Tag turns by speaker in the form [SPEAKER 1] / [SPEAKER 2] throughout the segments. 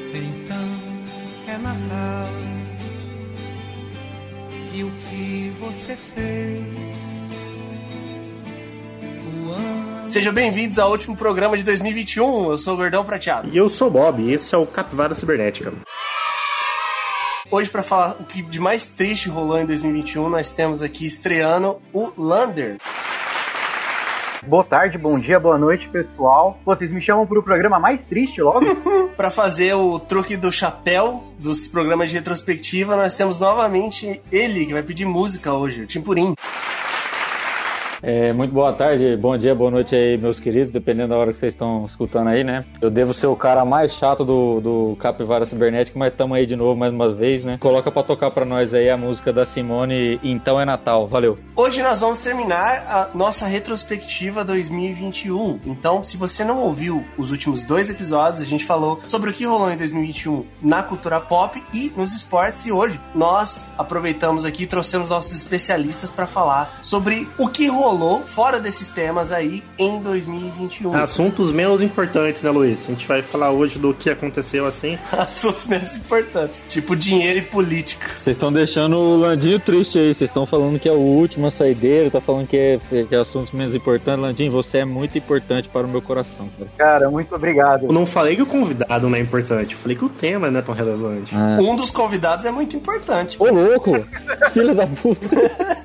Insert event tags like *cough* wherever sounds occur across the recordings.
[SPEAKER 1] Então é Natal. E o que você fez?
[SPEAKER 2] Sejam bem-vindos ao último programa de 2021. Eu sou o Gordão Prateado.
[SPEAKER 3] E eu sou o Bob, e esse é o Capivara Cibernética.
[SPEAKER 2] Hoje, para falar o que de mais triste rolou em 2021, nós temos aqui estreando o Lander.
[SPEAKER 4] Boa tarde, bom dia, boa noite, pessoal. Vocês me chamam pro programa mais triste logo?
[SPEAKER 2] Para fazer o truque do chapéu dos programas de retrospectiva, nós temos novamente ele, que vai pedir música hoje, o Timpurim.
[SPEAKER 5] É, muito boa tarde, bom dia, boa noite aí, meus queridos, dependendo da hora que vocês estão escutando aí, né? Eu devo ser o cara mais chato do, do Capivara Cibernético, mas tamo aí de novo mais uma vez, né? Coloca pra tocar pra nós aí a música da Simone, Então é Natal, valeu.
[SPEAKER 2] Hoje nós vamos terminar a nossa retrospectiva 2021. Então, se você não ouviu os últimos dois episódios, a gente falou sobre o que rolou em 2021 na cultura pop e nos esportes. E hoje nós aproveitamos aqui e trouxemos nossos especialistas para falar sobre o que rolou fora desses temas aí em 2021.
[SPEAKER 3] *laughs* Assuntos menos importantes, né, Luiz? A gente vai falar hoje do que aconteceu assim.
[SPEAKER 2] *laughs* Assuntos menos importantes, tipo dinheiro e política.
[SPEAKER 5] Vocês estão deixando o Landinho triste aí, vocês estão falando que é o último a saideira, tá falando que é, que é assuntos menos importantes. Landinho, você é muito importante para o meu coração, cara.
[SPEAKER 4] Cara, muito obrigado.
[SPEAKER 3] Eu não falei que o convidado não é importante, eu falei que o tema não é tão relevante.
[SPEAKER 5] Ah.
[SPEAKER 2] Um dos convidados é muito importante.
[SPEAKER 5] Ô louco, filho da puta.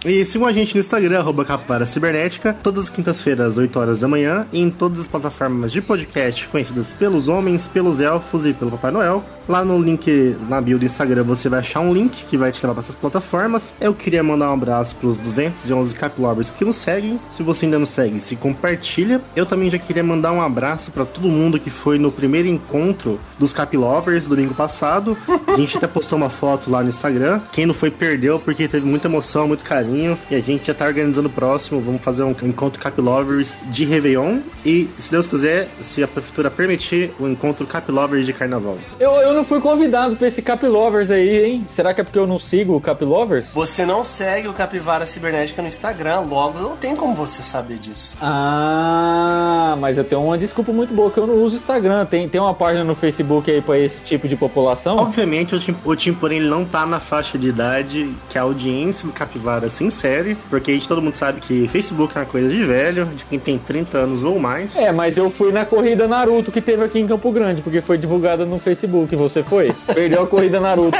[SPEAKER 3] E sigam a gente no Instagram, arroba Capivara Cibernética, todas as quintas-feiras, 8 horas da manhã, e em todas as plataformas de podcast conhecidas pelos homens, pelos elfos e pelo Papai Noel. Lá no link na bio do Instagram você vai achar um link que vai te levar para essas plataformas. Eu queria mandar um abraço para os 211 capilobers que nos seguem. Se você ainda não segue, se compartilha. Eu também já queria mandar um abraço para todo mundo que foi no primeiro encontro dos capilobers domingo passado. A gente até postou uma foto lá no Instagram. Quem não foi perdeu porque teve muita emoção, muito carinho. E a gente já tá organizando o próximo. Vamos fazer um encontro capilobers de Réveillon. E se Deus quiser, se a prefeitura permitir, o um encontro capilobers de carnaval.
[SPEAKER 5] Eu, eu não fui convidado pra esse Caplovers aí, hein? Será que é porque eu não sigo o Caplovers?
[SPEAKER 2] Você não segue o Capivara Cibernética no Instagram, logo não tem como você saber disso.
[SPEAKER 5] Ah, mas eu tenho uma desculpa muito boa que eu não uso o Instagram. Tem, tem uma página no Facebook aí pra esse tipo de população?
[SPEAKER 3] Obviamente, o Tim, o Tim, porém, ele não tá na faixa de idade que é a audiência do Capivara se insere, porque a gente, todo mundo sabe que Facebook é uma coisa de velho, de quem tem 30 anos ou mais.
[SPEAKER 5] É, mas eu fui na corrida Naruto que teve aqui em Campo Grande, porque foi divulgada no Facebook. Você *laughs* foi? Perdeu a corrida Naruto.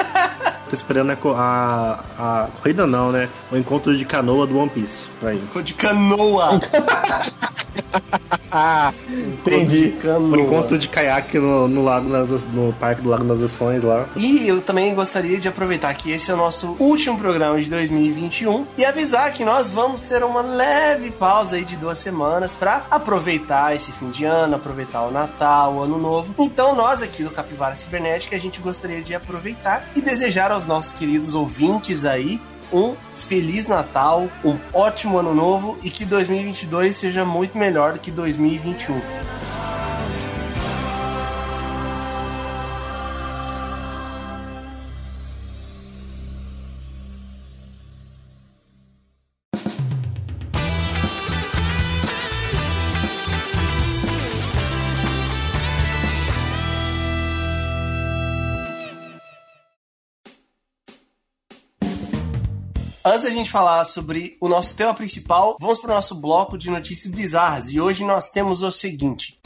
[SPEAKER 3] Tô esperando a, co- a, a corrida não, né? O encontro de canoa do One Piece. Pra ir.
[SPEAKER 2] Ficou de canoa.
[SPEAKER 5] Ah, entendi.
[SPEAKER 3] O encontro de caiaque no, no lago nas, no parque do Lago das Ações lá.
[SPEAKER 2] E eu também gostaria de aproveitar que esse é o nosso último programa de 2021 e avisar que nós vamos ter uma leve pausa aí de duas semanas para aproveitar esse fim de ano, aproveitar o Natal, o Ano Novo. Então nós aqui do Capivara Cibernética a gente gostaria de aproveitar e desejar aos nossos queridos ouvintes aí um feliz Natal, um ótimo ano novo e que 2022 seja muito melhor do que 2021. Antes da gente falar sobre o nosso tema principal, vamos para o nosso bloco de notícias bizarras. E hoje nós temos o seguinte: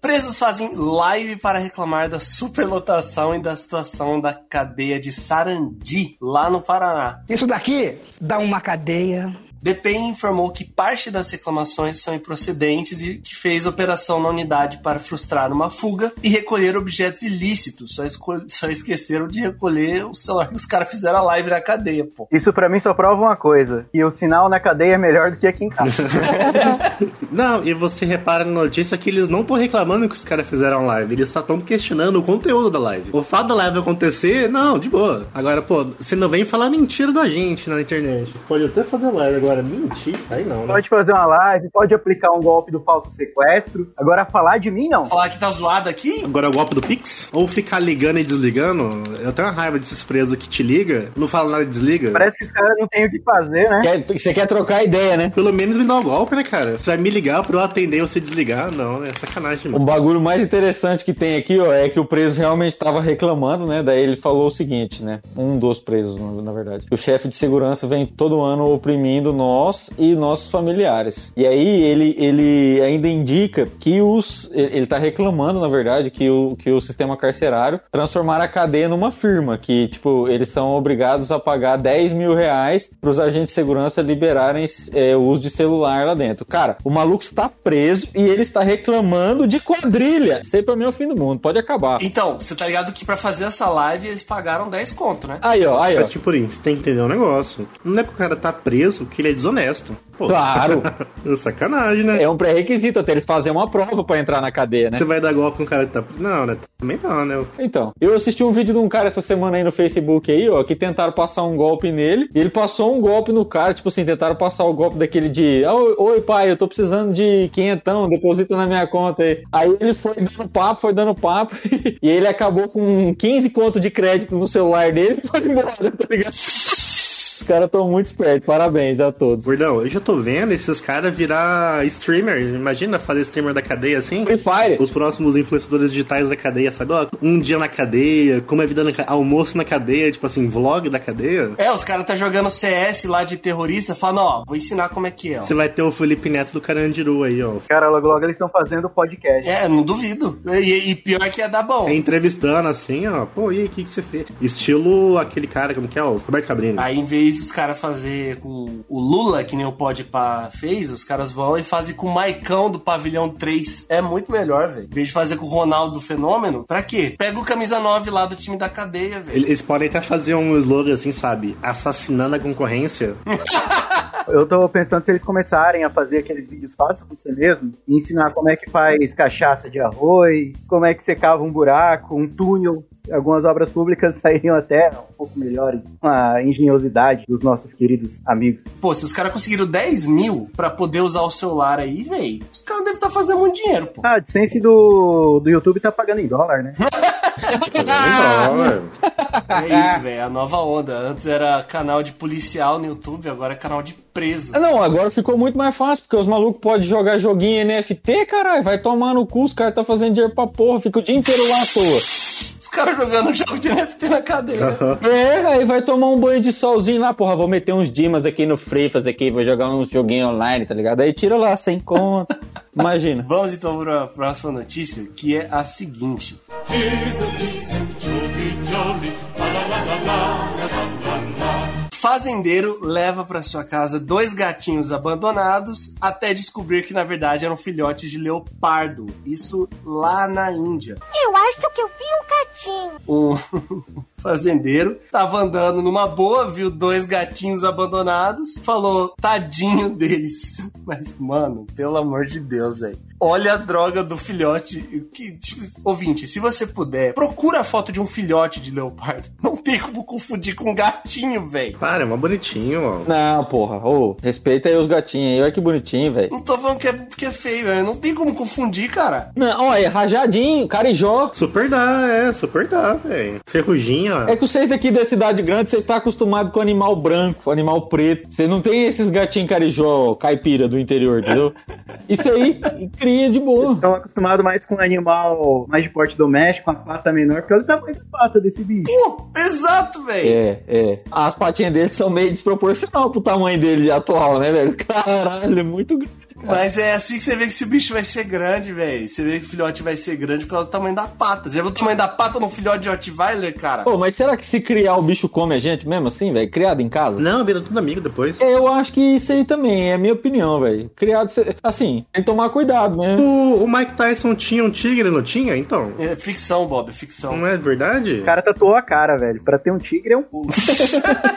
[SPEAKER 2] Presos fazem live para reclamar da superlotação e da situação da cadeia de Sarandi, lá no Paraná.
[SPEAKER 6] Isso daqui dá uma cadeia.
[SPEAKER 2] DPI informou que parte das reclamações são improcedentes e que fez operação na unidade para frustrar uma fuga e recolher objetos ilícitos. Só, esco- só esqueceram de recolher o celular que os caras fizeram a live na cadeia, pô.
[SPEAKER 4] Isso pra mim só prova uma coisa, que o sinal na cadeia é melhor do que aqui em casa.
[SPEAKER 3] Não, e você repara na notícia que eles não estão reclamando que os caras fizeram live, eles só estão questionando o conteúdo da live. O fato da live acontecer, não, de boa. Agora, pô, você não vem falar mentira da gente na internet. Pode até fazer live agora. Agora, mentir? Aí não, né?
[SPEAKER 4] Pode fazer uma live, pode aplicar um golpe do falso sequestro. Agora, falar de mim, não.
[SPEAKER 2] Falar que tá zoado aqui?
[SPEAKER 3] Agora o golpe do Pix? Ou ficar ligando e desligando? Eu tenho uma raiva desses presos que te liga, não fala nada e desliga.
[SPEAKER 4] Parece que os caras não têm o que fazer, né?
[SPEAKER 5] Quer- você quer trocar ideia, né?
[SPEAKER 3] Pelo menos me dá um golpe, né, cara? Você vai me ligar pra eu atender ou você desligar? Não, é sacanagem,
[SPEAKER 5] O
[SPEAKER 3] mano.
[SPEAKER 5] bagulho mais interessante que tem aqui, ó, é que o preso realmente estava reclamando, né? Daí ele falou o seguinte, né? Um dos presos, na na verdade. O chefe de segurança vem todo ano oprimindo nós e nossos familiares. E aí ele, ele ainda indica que os. Ele ele tá reclamando, na verdade, que o, que o sistema carcerário transformaram a cadeia numa firma, que, tipo, eles são obrigados a pagar 10 mil reais pros agentes de segurança liberarem é, o uso de celular lá dentro. Cara, o maluco está preso e ele está reclamando de quadrilha. Isso aí pra mim é o fim do mundo, pode acabar.
[SPEAKER 2] Então, você tá ligado que pra fazer essa live eles pagaram 10 conto, né?
[SPEAKER 5] Aí, ó, aí, ó.
[SPEAKER 3] Mas, tipo, Purim, você tem que entender um negócio. Não é que o cara tá preso que ele é desonesto. Pô,
[SPEAKER 5] Claro.
[SPEAKER 3] é *laughs* sacanagem, né?
[SPEAKER 5] É um pré-requisito até eles fazerem uma prova pra entrar na cadeia, né?
[SPEAKER 3] Você vai dar golpe com um cara que tá. Não, né? Também não, né?
[SPEAKER 5] Então, eu assisti um vídeo de um cara essa semana aí no Facebook aí, ó, que tentaram passar um golpe nele, e ele passou um golpe no cara, tipo assim, tentaram passar o golpe daquele de, "Ah, oi, oi, pai, eu tô precisando de quinhentão, deposita na minha conta aí. Aí ele foi dando papo, foi dando papo, *laughs* e ele acabou com 15 conto de crédito no celular dele e foi embora, tá ligado? Os caras estão muito espertos, parabéns a todos.
[SPEAKER 3] Gordão, eu já tô vendo esses caras virar streamer. Imagina fazer streamer da cadeia assim?
[SPEAKER 5] Free Fire,
[SPEAKER 3] Os próximos influenciadores digitais da cadeia, sabe? Ó, um dia na cadeia, como é a vida na cadeia, almoço na cadeia, tipo assim, vlog da cadeia.
[SPEAKER 2] É, os caras tá jogando CS lá de terrorista, falando, ó, vou ensinar como é que é, ó.
[SPEAKER 3] Você vai ter o Felipe Neto do Carandiru aí, ó.
[SPEAKER 4] Cara, logo logo eles estão fazendo podcast.
[SPEAKER 2] É, não duvido. E, e pior que ia dar bom.
[SPEAKER 3] É entrevistando assim, ó. Pô, e aí, o que, que você fez? Estilo aquele cara, como que é? O Roberto Cabrini.
[SPEAKER 5] Ah.
[SPEAKER 2] Aí, em vez dos caras fazer com o Lula, que nem o Podpah fez, os caras vão e fazem com o Maicão do Pavilhão 3. É muito melhor, velho. Em vez de fazer com o Ronaldo Fenômeno, pra quê? Pega o camisa 9 lá do time da cadeia, velho.
[SPEAKER 3] Eles podem até fazer um slogan assim, sabe? Assassinando a concorrência.
[SPEAKER 5] Hum.
[SPEAKER 4] Eu tô pensando se eles começarem a fazer aqueles vídeos fáceis com você mesmo e ensinar como é que faz cachaça de arroz, como é que você cava um buraco, um túnel. Algumas obras públicas *laughs* sairiam até um pouco melhores com a engenhosidade dos nossos queridos amigos.
[SPEAKER 2] Pô, se os caras conseguiram 10 mil pra poder usar o celular aí, velho, os caras devem estar fazendo muito dinheiro,
[SPEAKER 4] *laughs*
[SPEAKER 2] pô.
[SPEAKER 4] Ah, a AdSense do, do YouTube tá pagando em dólar, né?
[SPEAKER 5] *laughs*
[SPEAKER 2] É isso, velho. A nova onda. Antes era canal de policial no YouTube, agora é canal de preso.
[SPEAKER 5] Ah, Não, agora ficou muito mais fácil, porque os malucos podem jogar joguinho NFT, caralho. Vai tomar no cu, os caras tá fazendo dinheiro pra porra, fica o dia inteiro lá à toa.
[SPEAKER 2] Os caras jogando jogo de NFT na cadeia.
[SPEAKER 5] É, aí vai tomar um banho de solzinho lá, porra. Vou meter uns dimas aqui no Free Faz aqui, vou jogar uns joguinhos online, tá ligado? Aí tira lá, sem conta. Imagina.
[SPEAKER 2] Vamos então para a próxima notícia, que é a seguinte. Fazendeiro leva para sua casa dois gatinhos abandonados até descobrir que na verdade eram filhotes de leopardo. Isso lá na Índia.
[SPEAKER 7] Eu acho que eu vi um gatinho.
[SPEAKER 2] um *laughs* fazendeiro tava andando numa boa, viu dois gatinhos abandonados, falou tadinho deles. *laughs* Mas mano, pelo amor de Deus, velho. Olha a droga do filhote. Que, tipo, ouvinte, se você puder, procura a foto de um filhote de leopardo. *laughs* Não tem como confundir com um gatinho, velho.
[SPEAKER 3] Para, é mó bonitinho, ó.
[SPEAKER 5] Não, porra. Ô, respeita aí os gatinhos aí. Olha que bonitinho, velho.
[SPEAKER 2] Não tô falando que é, que é feio, velho. Não tem como confundir, cara.
[SPEAKER 5] Não, olha, rajadinho, carijó.
[SPEAKER 3] Super dá, é, super dá, velho. Ferruginha, ó.
[SPEAKER 5] É que vocês aqui da cidade grande, vocês estão acostumados com animal branco, animal preto. Você não tem esses gatinhos carijó, caipira do interior, entendeu? Isso aí cria de boa.
[SPEAKER 4] Estão acostumados mais com animal mais de porte doméstico, com a pata menor, porque olha o tamanho da pata desse bicho.
[SPEAKER 2] Pô, Uh, exato, velho.
[SPEAKER 5] É, é. As patinhas dele são meio desproporcional pro tamanho dele atual, né, velho? Caralho, é muito grande, cara.
[SPEAKER 2] Mas é assim que você vê que se o bicho vai ser grande, velho. Você vê que o filhote vai ser grande por causa do tamanho da pata. Você já viu o tamanho da pata num filhote de Rottweiler, cara?
[SPEAKER 5] Pô, mas será que se criar o bicho come a gente mesmo assim, velho? Criado em casa?
[SPEAKER 3] Não, vira tudo amigo depois.
[SPEAKER 5] Eu acho que isso aí também, é a minha opinião, velho. Criado, cê- assim, tem que tomar cuidado, né?
[SPEAKER 3] O, o Mike Tyson tinha um tigre, não tinha? Então,
[SPEAKER 2] É ficção, Bob, é ficção.
[SPEAKER 3] não é verdade?
[SPEAKER 4] O cara tatuou a cara, velho. Pra ter um tigre é um pulo.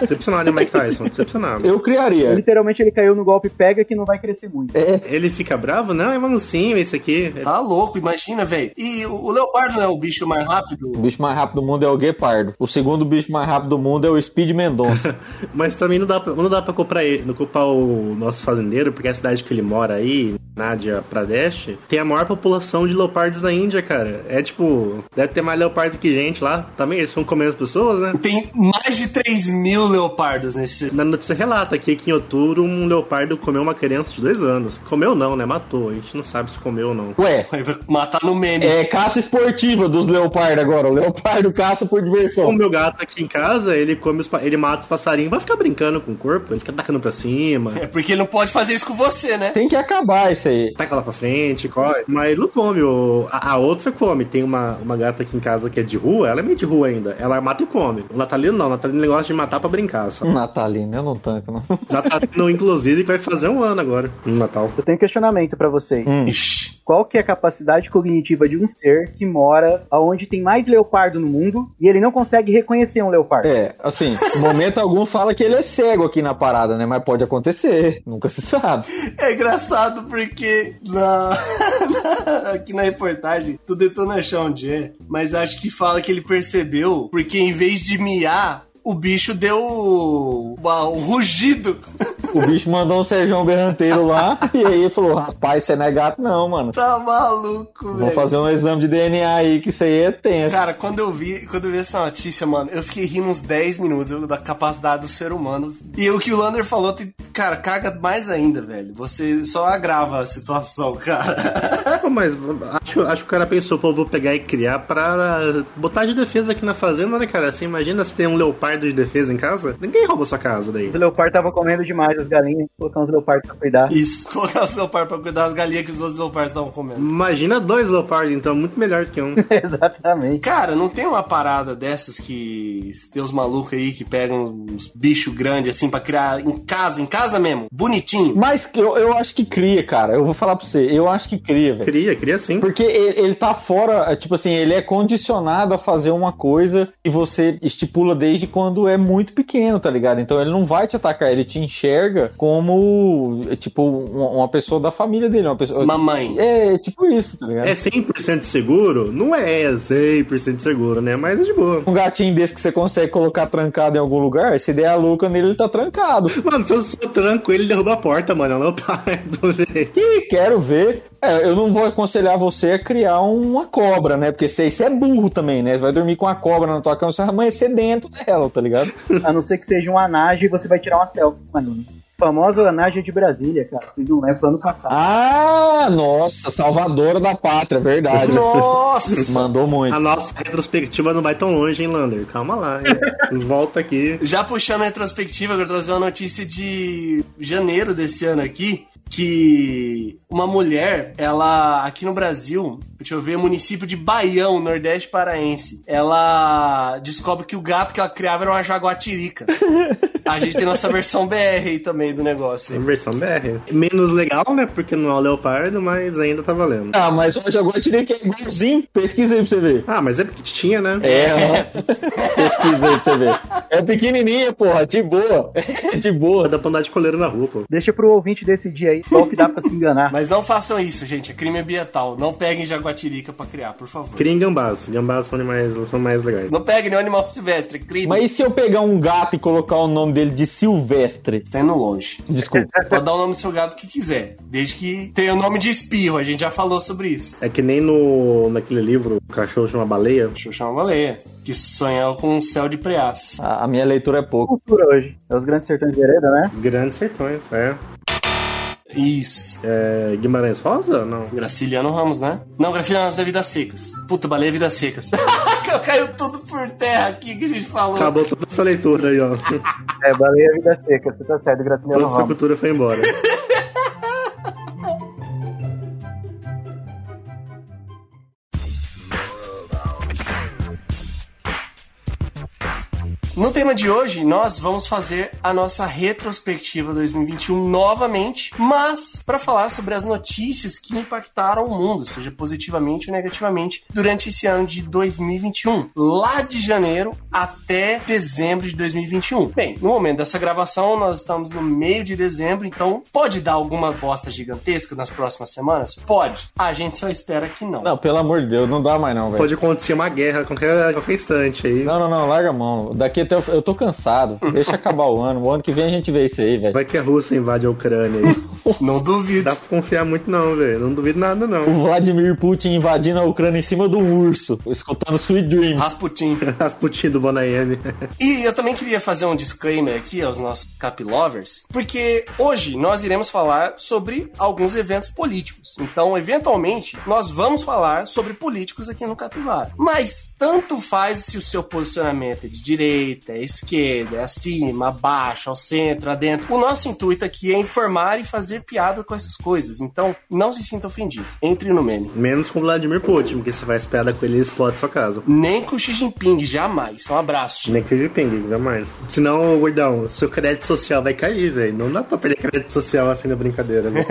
[SPEAKER 3] Decepcionado, né, Mike Tyson? Decepcionado.
[SPEAKER 5] *laughs* Eu criaria.
[SPEAKER 4] Literalmente ele caiu no golpe pega que não vai crescer muito.
[SPEAKER 5] É,
[SPEAKER 3] Ele fica bravo? Não, é malucinho esse aqui.
[SPEAKER 2] Tá louco, imagina, velho. E o, o leopardo não é o bicho mais rápido?
[SPEAKER 5] O bicho mais rápido do mundo é o Guepardo. O segundo bicho mais rápido do mundo é o Speed Mendonça.
[SPEAKER 3] Mas também não dá pra, não dá pra comprar ele, não culpar o nosso fazendeiro, porque a cidade que ele mora aí, Nádia Pradesh, tem a maior população de leopardos da Índia, cara. É tipo, deve ter mais leopardo que gente lá. Também eles vão comendo as pessoas, né?
[SPEAKER 2] Tem mais de 3 mil leopardos nesse.
[SPEAKER 3] Na notícia relata aqui que em outubro um leopardo comeu uma criança de dois anos. Comeu não, né? Matou. A gente não sabe se comeu ou não.
[SPEAKER 5] Ué,
[SPEAKER 2] Vai matar no meme.
[SPEAKER 5] é caça esportiva dos leopardos agora. O leopardo caça por
[SPEAKER 3] O
[SPEAKER 5] diversão.
[SPEAKER 3] meu gato aqui em casa, ele come os pa- ele mata os passarinhos, vai ficar brincando com o corpo, ele fica tacando pra cima,
[SPEAKER 2] É porque ele não pode fazer isso com você, né?
[SPEAKER 5] Tem que acabar isso aí.
[SPEAKER 3] taca lá pra frente, corre. Mas ele não come, o- a, a outra come. Tem uma, uma gata aqui em casa que é de rua, ela é meio de rua ainda. Ela mata e come. O Natalino não, o Natalino ele gosta de matar pra brincar, só.
[SPEAKER 5] Hum, Natalino, eu não tanco, não. *laughs*
[SPEAKER 3] O Natalino, *laughs* inclusive, vai fazer um ano agora, no Natal.
[SPEAKER 4] Eu tenho um questionamento pra vocês.
[SPEAKER 5] Hum.
[SPEAKER 2] Ixi.
[SPEAKER 4] Qual que é a capacidade cognitiva de um ser que mora aonde tem mais leopardo no mundo e ele não consegue reconhecer um leopardo?
[SPEAKER 5] É, assim, em momento algum fala que ele é cego aqui na parada, né? Mas pode acontecer, nunca se sabe.
[SPEAKER 2] É engraçado porque na... *laughs* aqui na reportagem do Detona onde é, mas acho que fala que ele percebeu porque em vez de miar, o bicho deu uma- um rugido. *laughs*
[SPEAKER 5] O bicho mandou um Serjão Berranteiro lá e aí falou: rapaz, você não é gato, não, mano.
[SPEAKER 2] Tá maluco,
[SPEAKER 5] Vou
[SPEAKER 2] velho.
[SPEAKER 5] fazer um exame de DNA aí, que isso aí é tenso.
[SPEAKER 2] Cara, quando eu vi, quando eu vi essa notícia, mano, eu fiquei rindo uns 10 minutos eu- da capacidade do ser humano. E o que o Lander falou, tem- cara, caga mais ainda, velho. Você só agrava a situação, *laughs* cara.
[SPEAKER 3] Pô, É, mas acho, acho que o cara pensou, pô, vou pegar e criar pra botar de defesa aqui na fazenda, né, cara? Assim, imagina se tem um leopardo de defesa em casa. Ninguém rouba sua casa daí.
[SPEAKER 4] Os leopardos estavam comendo demais as galinhas, colocar uns leopardos
[SPEAKER 5] *laughs*
[SPEAKER 4] pra cuidar.
[SPEAKER 2] Isso, colocar o leopardo pra cuidar das galinhas que os outros leopardos estavam comendo.
[SPEAKER 3] Imagina dois leopardos, então, muito melhor que um.
[SPEAKER 4] Exatamente.
[SPEAKER 2] Cara, não tem uma parada dessas que tem os malucos aí que pegam uns bichos grandes assim pra criar em casa, em casa mesmo, bonitinho.
[SPEAKER 5] Mas que eu, eu acho que cria, cara. Eu vou falar pra você, eu acho que cria, velho.
[SPEAKER 3] Cria, cria sim.
[SPEAKER 5] Porque ele, ele tá fora, é, tipo assim, ele é condicionado a fazer uma coisa que você estipula desde quando é muito pequeno, tá ligado? Então ele não vai te atacar, ele te enxerga como, é, tipo, uma, uma pessoa da família dele, uma pessoa.
[SPEAKER 2] Mamãe.
[SPEAKER 5] É, é tipo isso, tá ligado?
[SPEAKER 3] É 100% seguro? Não é 100% seguro, né? Mas é de boa.
[SPEAKER 5] Um gatinho desse que você consegue colocar trancado em algum lugar, se der a louca nele, ele tá trancado.
[SPEAKER 3] Mano, se eu sou tranco, ele derruba a porta, mano. É um leopardo, *laughs* velho.
[SPEAKER 5] E quero ver. É, eu não vou aconselhar você a criar uma cobra, né? Porque você, você é burro também, né? Você vai dormir com uma cobra na tua cama, você vai amanhecer dentro dela, tá ligado?
[SPEAKER 4] A não ser que seja um anage e você vai tirar uma selfie, mano. Famosa anage de Brasília, cara. Vocês não lembram do ano passado.
[SPEAKER 5] Ah, nossa, salvadora da pátria, verdade.
[SPEAKER 2] Nossa!
[SPEAKER 5] Mandou
[SPEAKER 3] A
[SPEAKER 5] muito.
[SPEAKER 3] nossa retrospectiva não vai tão longe, hein, Lander? Calma lá. hein? Volta aqui.
[SPEAKER 2] *laughs* Já puxando a retrospectiva, eu quero trazer uma notícia de janeiro desse ano aqui. Que uma mulher, ela aqui no Brasil, deixa eu ver, município de Baião, Nordeste Paraense, ela descobre que o gato que ela criava era uma jaguatirica. A gente tem nossa versão BR aí também do negócio.
[SPEAKER 3] Tem versão BR. Menos legal, né? Porque não é o leopardo, mas ainda tá valendo.
[SPEAKER 5] Ah, mas hoje agora eu tirei que é igualzinho. Pesquisa aí pra você ver.
[SPEAKER 3] Ah, mas é porque tinha, né?
[SPEAKER 5] É, ó. pesquisa aí pra você ver. É pequenininha, porra, de boa. *laughs* É de boa.
[SPEAKER 3] Dá pra andar de coleiro na rua, pô.
[SPEAKER 4] Deixa pro ouvinte decidir aí qual que dá pra se enganar.
[SPEAKER 2] Mas não façam isso, gente. É crime ambiental. Não peguem jaguatirica pra criar, por favor.
[SPEAKER 3] Cria em gambás. Gambás são animais, são mais legais.
[SPEAKER 2] Não peguem nenhum animal silvestre. É crime.
[SPEAKER 5] Mas e se eu pegar um gato e colocar o nome dele de Silvestre?
[SPEAKER 2] Tá indo longe.
[SPEAKER 5] Desculpa.
[SPEAKER 2] Pode dar o nome do seu gato que quiser. Desde que tenha o nome de espirro. A gente já falou sobre isso.
[SPEAKER 3] É que nem no naquele livro, o cachorro chama baleia.
[SPEAKER 2] Xuxa é uma baleia. Que sonha com um céu de preaça.
[SPEAKER 5] A, a minha leitura é pouco.
[SPEAKER 4] Cultura hoje. É os grandes sertões de vereda, né?
[SPEAKER 3] Grandes sertões, é.
[SPEAKER 2] Isso.
[SPEAKER 3] é. Guimarães Rosa? Não.
[SPEAKER 2] Graciliano Ramos, né? Não, Graciliano Ramos é Vidas Secas. Puta, baleia é Vidas Secas. *laughs* Caiu tudo por terra aqui que a gente falou.
[SPEAKER 3] Acabou toda essa leitura aí, ó.
[SPEAKER 4] É, baleia vida seca. Você tá certo, Graciliano
[SPEAKER 3] Toda essa
[SPEAKER 4] Ramos.
[SPEAKER 3] cultura foi embora.
[SPEAKER 2] No tema de hoje, nós vamos fazer a nossa retrospectiva 2021 novamente, mas para falar sobre as notícias que impactaram o mundo, seja positivamente ou negativamente, durante esse ano de 2021, lá de janeiro até dezembro de 2021. Bem, no momento dessa gravação, nós estamos no meio de dezembro, então pode dar alguma bosta gigantesca nas próximas semanas? Pode. A gente só espera que não.
[SPEAKER 5] Não, pelo amor de Deus, não dá mais não, velho.
[SPEAKER 3] Pode acontecer uma guerra a qualquer, a qualquer instante aí.
[SPEAKER 5] Não, não, não, larga a mão. Daqui até. o- Eu tô cansado. Deixa acabar o ano. O ano que vem a gente vê isso aí, velho.
[SPEAKER 3] Vai que a Rússia invade a Ucrânia aí.
[SPEAKER 2] Não duvido.
[SPEAKER 3] Dá pra confiar muito não, velho. Não duvido nada não. *laughs*
[SPEAKER 5] O Vladimir Putin invadindo a Ucrânia em cima do urso, escutando Sweet Dreams.
[SPEAKER 2] Rasputin.
[SPEAKER 3] As putinhas do Bonaiane.
[SPEAKER 2] E eu também queria fazer um disclaimer aqui aos nossos cap lovers, porque hoje nós iremos falar sobre alguns eventos políticos. Então, eventualmente, nós vamos falar sobre políticos aqui no Capivara. Mas tanto faz se o seu posicionamento é de direita, é esquerda, é acima, abaixo, ao centro, adentro. O nosso intuito aqui é informar e fazer piada com essas coisas. Então, não se sinta ofendido. Entre no meme.
[SPEAKER 3] Menos com o Vladimir Putin, porque você faz piada com ele e explode sua casa.
[SPEAKER 2] Nem com o Xi Jinping, jamais. Um abraço.
[SPEAKER 3] Nem que o Jinping, jamais. Senão, gordão, seu crédito social vai cair, velho. Não dá pra perder crédito social assim na brincadeira,
[SPEAKER 4] *laughs*
[SPEAKER 3] né?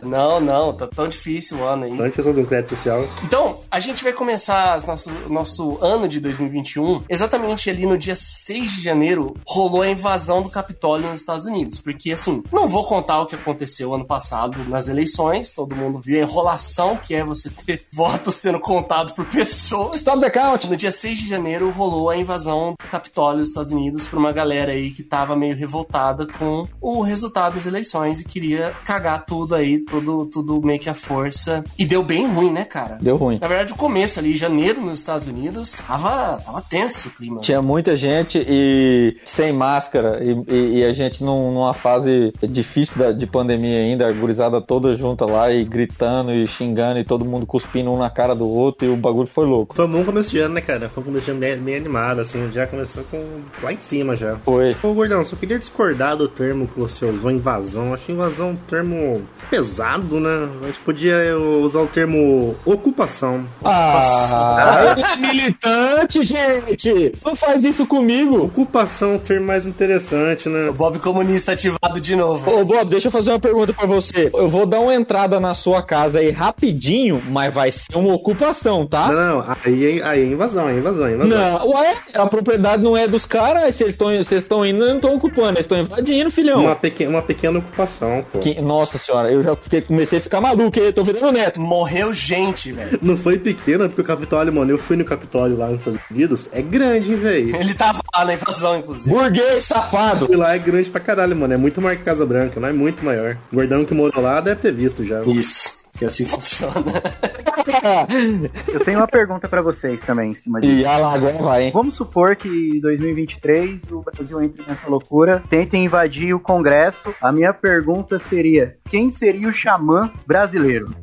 [SPEAKER 2] Não, não, tá tão difícil o ano aí.
[SPEAKER 3] Então, a gente falou de um crédito social.
[SPEAKER 2] Então, a gente vai começar as nossas- o nosso ano de 2021 exatamente ali no dia 6 de janeiro rolou a invasão do Capitólio nos Estados Unidos. Porque, assim, não vou contar o que aconteceu ano passado nas eleições, todo mundo viu a enrolação que é você ter *laughs* votos sendo contado por pessoas.
[SPEAKER 5] Ah, Stop the count!
[SPEAKER 2] No dia 6 de janeiro rolou a invasão do Capitólio dos Estados Unidos por uma galera aí que tava meio revoltada com o resultado das eleições e queria cagar tudo aí, tudo, tudo meio que a força. E deu bem ruim, né, cara?
[SPEAKER 5] Deu ruim.
[SPEAKER 2] Na verdade, o começo ali, janeiro nos Estados Unidos, tava, tava tenso o clima.
[SPEAKER 5] Tinha muita gente e sem máscara, e, e- e a gente num- numa fase difícil da- de pandemia ainda, a gurizada toda junta lá e gritando e xingando e todo mundo cuspindo um na cara do outro e o bagulho foi louco.
[SPEAKER 3] Foi um bom começo de ano, né, cara? Foi um começo de ano bem, bem animado, assim. Já começou com lá em cima, já.
[SPEAKER 5] Foi.
[SPEAKER 3] Ô, Gordão, só queria discordar do termo que você usou, invasão. Acho invasão um termo pesado, né? A gente podia eh, usar o termo ocupação.
[SPEAKER 5] Ah, é militante, gente! Não faz isso comigo!
[SPEAKER 3] Ocupação é um termo mais interessante, né?
[SPEAKER 2] O Bob Comunista ativado de novo.
[SPEAKER 5] Ô Bob, deixa eu fazer uma pergunta pra você. Eu vou dar uma entrada na sua casa aí rapidinho, mas vai ser uma ocupação,
[SPEAKER 3] Não,
[SPEAKER 5] tá?
[SPEAKER 3] não, aí, é- aí é invasão, é invasão, é invasão.
[SPEAKER 5] Não, ué, a propriedade não é dos caras, vocês estão vocês estão indo, não estão ocupando, eles estão invadindo, filhão.
[SPEAKER 3] Uma, peque- uma pequena ocupação, pô.
[SPEAKER 5] Que- nossa senhora, eu já fiquei, comecei a ficar maluco, hein? tô virando neto.
[SPEAKER 2] Morreu gente, velho.
[SPEAKER 3] Não foi pequena, porque o Capitólio, mano, eu fui no Capitólio lá nos Estados Unidos, é grande, velho.
[SPEAKER 2] Ele tava lá na invasão, inclusive.
[SPEAKER 5] Burguês safado.
[SPEAKER 3] E lá é grande pra caralho, mano. É muito maior que Casa Branca, não é muito maior. O gordão que morou lá deve ter visto já.
[SPEAKER 2] Isso. Que assim *laughs* funciona.
[SPEAKER 4] Eu tenho uma pergunta pra vocês também em cima disso.
[SPEAKER 5] e a lagoa vai, hein?
[SPEAKER 4] Vamos supor que em 2023 o Brasil entre nessa loucura, tentem invadir o Congresso. A minha pergunta seria: quem seria o xamã brasileiro?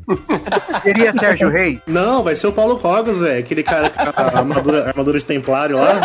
[SPEAKER 4] seria Sérgio Reis?
[SPEAKER 3] Não, vai ser o Paulo Cogos, velho. Aquele cara com a armadura, armadura de templário lá.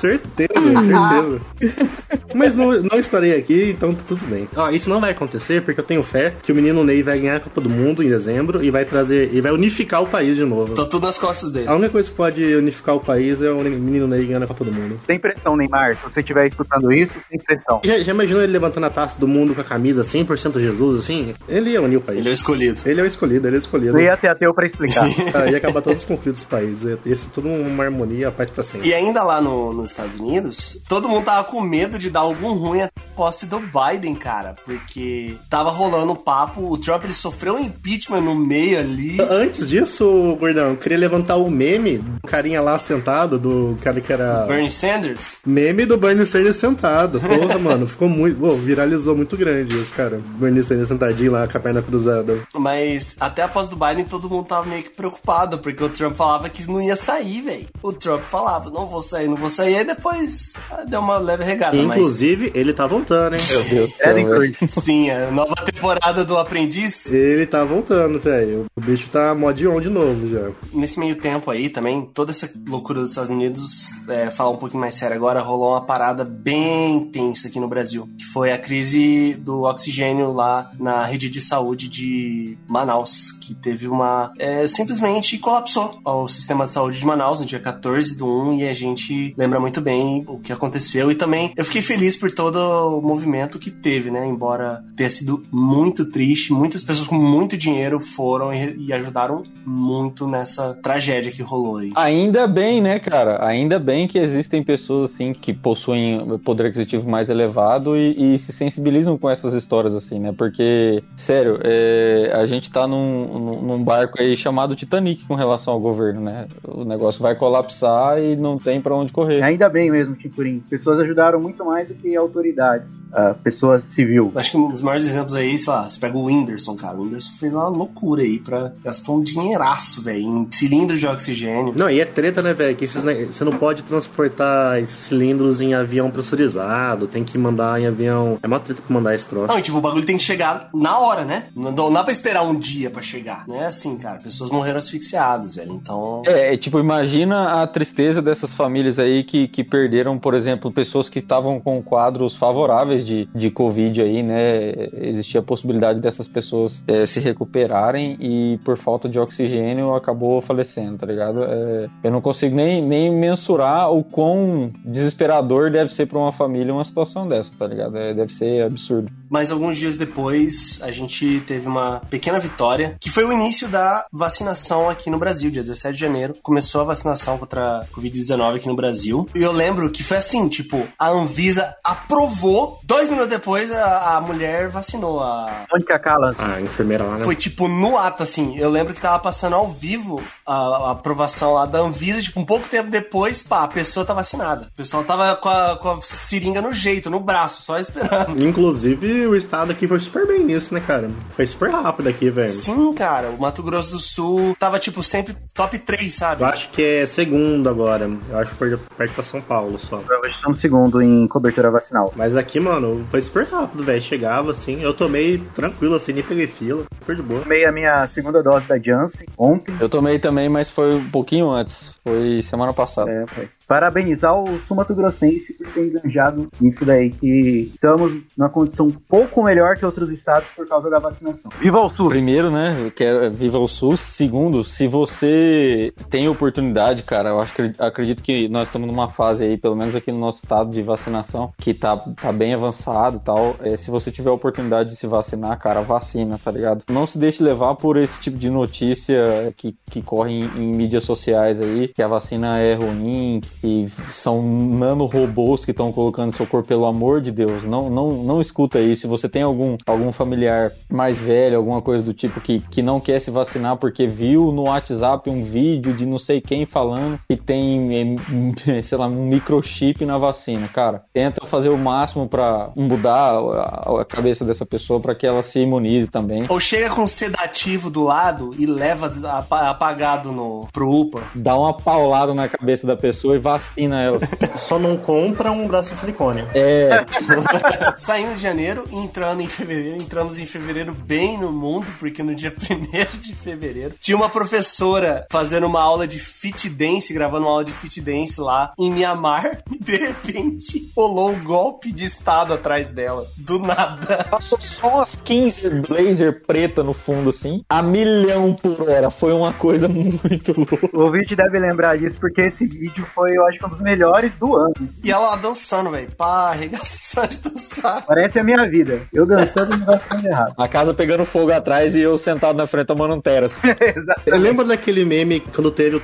[SPEAKER 3] Certeza, certeza. Mas não, não estarei aqui, então tá tudo bem. Ó, isso não vai acontecer porque eu tenho fé que o menino Ney vai ganhar a Copa do Mundo em dezembro e vai trazer e vai unificar o país de novo.
[SPEAKER 2] Tô tudo nas costas dele.
[SPEAKER 3] A única coisa que pode unificar o país é o menino Ney ganhando a Copa do Mundo.
[SPEAKER 4] Sem pressão, Neymar. Se você estiver escutando isso, sem pressão.
[SPEAKER 3] Já, já imaginou ele levantando a taça do mundo com a camisa 100% Jesus, assim? Ele ia unir o país.
[SPEAKER 2] Ele é o escolhido.
[SPEAKER 3] Ele é o escolhido, ele é o escolhido.
[SPEAKER 4] Eu ia até ateu pra explicar.
[SPEAKER 3] Ah, ia acabar todos os conflitos do país. Ia ter toda uma harmonia, a paz pra sempre.
[SPEAKER 2] E ainda lá no- nos Estados Unidos, todo mundo tava com medo de dar algum ruim à posse do Biden, cara. Porque tava rolando o papo, o Trump ele sofreu um impeachment no meio ali.
[SPEAKER 3] Antes disso, gordão, eu queria levantar o meme do carinha lá sentado, do cara que era.
[SPEAKER 2] Bernie Sanders?
[SPEAKER 3] Meme do Bernie Sanders sentado. Porra, mano, ficou muito. Pô, viralizou muito grande isso, cara. Bernie Sanders sentadinho lá com a perna cruzada.
[SPEAKER 2] Mas até a posse do Biden todo mundo tava meio que preocupado, porque o Trump falava que não ia sair, velho. O Trump falava, não vou sair, não vou sair. Aí depois ah, deu uma leve regada, mas.
[SPEAKER 3] Inclusive, ele tava um voltando, hein?
[SPEAKER 5] Meu Deus do céu.
[SPEAKER 4] Eden
[SPEAKER 5] velho.
[SPEAKER 4] Creed.
[SPEAKER 2] Sim, a nova temporada do Aprendiz.
[SPEAKER 3] Ele tá voltando, velho. O bicho tá modion de novo já.
[SPEAKER 2] Nesse meio tempo aí também, toda essa loucura dos Estados Unidos, é, falar um pouquinho mais sério agora, rolou uma parada bem tensa aqui no Brasil, que foi a crise do oxigênio lá na rede de saúde de Manaus, que teve uma. é, simplesmente colapsou o sistema de saúde de Manaus no dia 14 do 1 e a gente lembra muito bem o que aconteceu e também eu fiquei feliz por todo o movimento que teve, né? Embora tenha sido muito triste, muitas pessoas com muito dinheiro foram e, e ajudaram muito nessa tragédia que rolou aí.
[SPEAKER 5] Ainda bem, né, cara? Ainda bem que existem pessoas assim que possuem poder aquisitivo mais elevado e, e se sensibilizam com essas histórias assim, né? Porque, sério, é, a gente tá num, num- num barco aí chamado Titanic com relação ao governo, né? O negócio vai colapsar e não tem pra onde correr.
[SPEAKER 4] Ainda bem mesmo, Tinturim. Pessoas ajudaram muito mais do que autoridades. Ah, pessoa civil.
[SPEAKER 2] Acho que um dos maiores exemplos aí, sei lá, você pega o Whindersson, cara. O Whindersson fez uma loucura aí, pra... gastou um dinheiraço, velho, em cilindro de oxigênio.
[SPEAKER 3] Não, e é treta, né, velho? Que esses ne- você não pode transportar esses cilindros em avião pressurizado, tem que mandar em avião. É uma treta pra mandar esse troço.
[SPEAKER 2] Não, e tipo, o bagulho tem que chegar na hora, né? Não dá não dá pra esperar um dia pra chegar. Não é assim, cara. Pessoas morreram asfixiadas, velho. Então.
[SPEAKER 5] É, é, tipo, imagina a tristeza dessas famílias aí que, que perderam, por exemplo, pessoas que estavam com quadros favoráveis de, de Covid aí, né? Existia a possibilidade dessas pessoas é, se recuperarem e por falta de oxigênio acabou falecendo, tá ligado? É, eu não consigo nem, nem mensurar o quão desesperador deve ser pra uma família uma situação dessa, tá ligado? É, deve ser absurdo.
[SPEAKER 2] Mas alguns dias depois, a gente teve uma pequena vitória, que foi o início da vacinação aqui no Brasil, dia 17 de janeiro. Começou a vacinação contra a Covid-19 aqui no Brasil. E eu lembro que foi assim, tipo, a Anvisa aprovou, dois minutos depois a, a mulher vacinou a,
[SPEAKER 4] Mônica Callas.
[SPEAKER 3] Ah, a enfermeira lá, né?
[SPEAKER 2] Foi tipo no ato, assim. Eu lembro que tava passando ao vivo a, a aprovação lá da Anvisa, tipo, um pouco tempo depois, pá, a pessoa tá vacinada. O pessoal tava com a, com a seringa no jeito, no braço, só esperando.
[SPEAKER 3] Inclusive, o estado aqui foi super bem nisso, né, cara? Foi super rápido aqui, velho.
[SPEAKER 2] Sim, cara, o Mato Grosso do Sul tava, tipo, sempre top 3, sabe?
[SPEAKER 3] Eu acho que é segundo agora. Eu acho que perde- perde pra São Paulo só.
[SPEAKER 4] Hoje estamos segundo em cobertura vacinal.
[SPEAKER 3] Mas aqui, mano, foi super rápido, velho. Chegava assim, eu tomei tranquilo, assim, nem peguei fila, super de boa.
[SPEAKER 4] Tomei a minha segunda dose da Janssen ontem.
[SPEAKER 5] Eu tomei também, mas foi um pouquinho antes. Foi semana passada.
[SPEAKER 4] É, pois. Parabenizar o Sumato Grossense por ter engajado nisso daí, que estamos numa condição um pouco melhor que outros estados por causa da vacinação. Viva o SUS!
[SPEAKER 5] Primeiro, né? eu Quero, viva o SUS. Segundo, se você tem oportunidade, cara, eu acho que acredito que nós estamos numa fase aí, pelo menos aqui no nosso estado de vacinação, que tá, tá bem avançado e tal. É, se você tiver a oportunidade de se vacinar, cara, vacina, tá ligado? Não se deixe levar por esse tipo de notícia que, que corre em, em mídias sociais aí, que a vacina é ruim, que são nanorobôs que estão colocando no seu corpo, pelo amor de Deus. Não, não, não escuta isso. Se você tem algum, algum familiar mais velho, alguma coisa do tipo, que, que não quer se vacinar porque viu no WhatsApp um vídeo de não sei quem falando que tem, eh, *laughs* sei lá, um microchip na vacina, cara. Tenta fazer o máximo pra mudar a, a cabeça dessa pessoa pra que ela se imunize também.
[SPEAKER 2] Ou chega com um sedativo do lado e leva apa- apagado no, pro UPA.
[SPEAKER 5] Dá uma paulada na cabeça da pessoa e vacina ela.
[SPEAKER 3] Só não compra um braço de silicone.
[SPEAKER 5] É,
[SPEAKER 2] Saindo de janeiro e entrando em fevereiro, entramos em fevereiro bem no mundo, porque no dia *laughs* 1 de fevereiro tinha uma professora fazendo uma aula de fit dance, gravando uma aula de fit dance lá em Mianmar, *laughs* e de repente rolou um golpe de estado atrás dela, do nada.
[SPEAKER 5] Passou só umas 15 blazer preta no fundo, assim, a milhão por hora. Foi uma coisa *laughs* muito louca.
[SPEAKER 4] O ouvinte deve lembrar disso porque esse vídeo foi, eu acho, um dos melhores do ano.
[SPEAKER 2] E ela lá dançando, velho, pá, arregaçando de dançar.
[SPEAKER 4] Parece a minha vida. Eu dançando e me vacinando errado.
[SPEAKER 5] A casa pegando fogo atrás e eu sentado na frente tomando um teras.
[SPEAKER 4] Exato.
[SPEAKER 3] Eu lembro daquele meme quando teve o,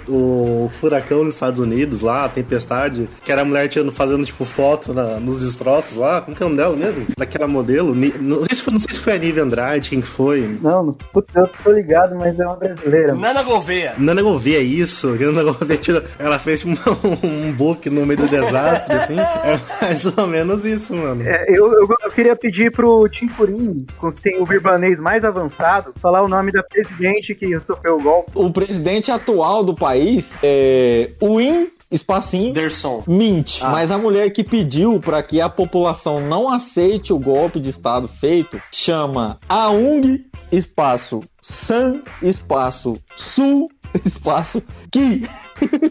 [SPEAKER 3] o furacão nos Estados Unidos lá, a tempestade, que era a mulher tirando, fazendo tipo foto na- nos destroços lá. Como que é o nome dela mesmo? Daquela modelo. Ni- Não sei se foi, não sei se foi a Nive Andrade, quem que foi.
[SPEAKER 4] Não, não- putz, eu tô ligado, mas é uma brasileira.
[SPEAKER 2] Nana Gouveia.
[SPEAKER 3] Nana Gouveia é isso, *laughs* que Nana Gouveia tira, ela fez um, *laughs* um book no meio do desastre, assim. É mais ou menos isso, mano.
[SPEAKER 4] É, eu, eu, eu queria pedir pro Tim Purim, que tem o birbanês mais avançado, falar o nome da presidente que sofreu o golpe.
[SPEAKER 5] O presidente atual do país é Win espacinho,
[SPEAKER 2] Derson.
[SPEAKER 5] Mint,
[SPEAKER 2] Ah.
[SPEAKER 5] mas a mulher que pediu para que a população não aceite o golpe de Estado feito chama Aung espaço San espaço Su espaço Ki.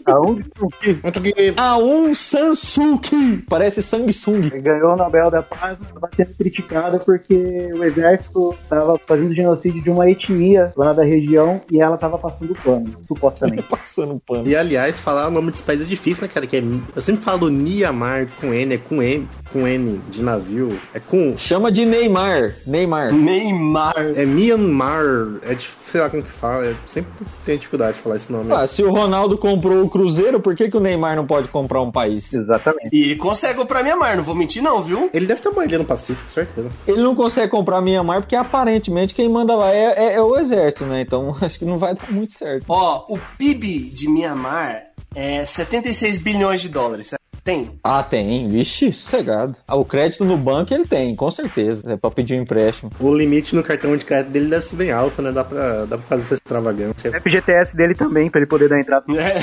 [SPEAKER 4] Aung San Suu Kyi
[SPEAKER 3] Muito que.
[SPEAKER 5] Aung San Suu Kyi. Parece Samsung.
[SPEAKER 4] ganhou o Nobel da Paz, mas estava sendo criticada porque o exército estava fazendo genocídio de uma etnia lá da região e ela estava passando pano, *laughs* supostamente.
[SPEAKER 5] Passando um pano.
[SPEAKER 3] E aliás, falar o nome desse país é difícil, né, cara? Que é, eu sempre falo Niamar com N, é com M, com N de navio, é com.
[SPEAKER 5] Chama de Neymar. Neymar.
[SPEAKER 2] Neymar.
[SPEAKER 3] É Myanmar, é de, sei lá como que fala, eu sempre tenho dificuldade de falar esse nome.
[SPEAKER 5] Ah, se o Ronaldo comprou o Cruzeiro, por que, que o Neymar não pode comprar um país?
[SPEAKER 4] Exatamente.
[SPEAKER 2] E ele consegue comprar minha mar, não vou mentir não, viu?
[SPEAKER 3] Ele deve ter uma ilha no Pacífico, certeza.
[SPEAKER 5] Ele não consegue comprar Mianmar porque aparentemente quem manda lá é, é- é o exército, né? Então *laughs* acho que não vai dar muito certo.
[SPEAKER 2] Ó, o PIB de Mianmar é 76 bilhões de dólares. certo? Tem.
[SPEAKER 5] Ah, tem. Vixe, sossegado. Ah, o crédito no banco ele tem, com certeza. É pra pedir um empréstimo.
[SPEAKER 3] O limite no cartão de crédito dele deve ser bem alto, né? Dá pra, dá pra fazer essa extravagância.
[SPEAKER 4] O FGTS dele também, pra ele poder dar entrada.
[SPEAKER 3] É.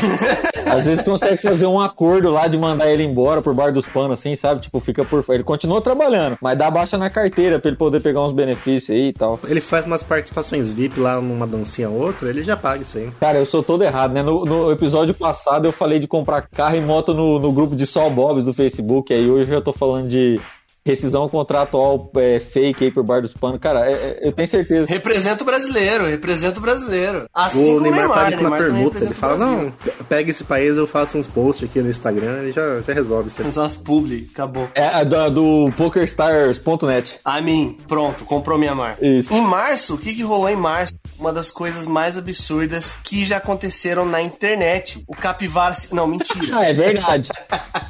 [SPEAKER 5] Às vezes consegue fazer um acordo lá de mandar ele embora por bar dos panos, assim, sabe? Tipo, fica por. Ele continua trabalhando, mas dá baixa na carteira pra ele poder pegar uns benefícios aí e tal.
[SPEAKER 3] Ele faz umas participações VIP lá numa dancinha ou outra, ele já paga isso aí.
[SPEAKER 5] Cara, eu sou todo errado, né? No, no episódio passado eu falei de comprar carro e moto no, no grupo de Sol Bobs do Facebook, aí hoje eu já tô falando de rescisão contratual é, fake aí por bar dos panos. Cara, é- é- eu tenho certeza.
[SPEAKER 2] *laughs* Representa o brasileiro, representa o brasileiro. Assim
[SPEAKER 3] o
[SPEAKER 2] como o
[SPEAKER 3] Neymar tá
[SPEAKER 2] Neymar,
[SPEAKER 3] paga isso na
[SPEAKER 2] Neymar também
[SPEAKER 3] permuta, ele
[SPEAKER 2] representa o
[SPEAKER 3] fala,
[SPEAKER 2] Brasil.
[SPEAKER 3] não, pe- pega esse país, eu faço uns posts aqui no Instagram, ele já, já resolve isso aí.
[SPEAKER 2] São as publi, acabou.
[SPEAKER 5] É a da- do, PokerStars.net.
[SPEAKER 2] A mim, Ah, pronto, comprou minha mar.
[SPEAKER 5] Isso.
[SPEAKER 2] Em março, o que, que rolou em março? Uma das coisas mais absurdas que já aconteceram na internet. O capivara. se- Não, mentira.
[SPEAKER 3] *laughs*
[SPEAKER 5] Ah, é verdade.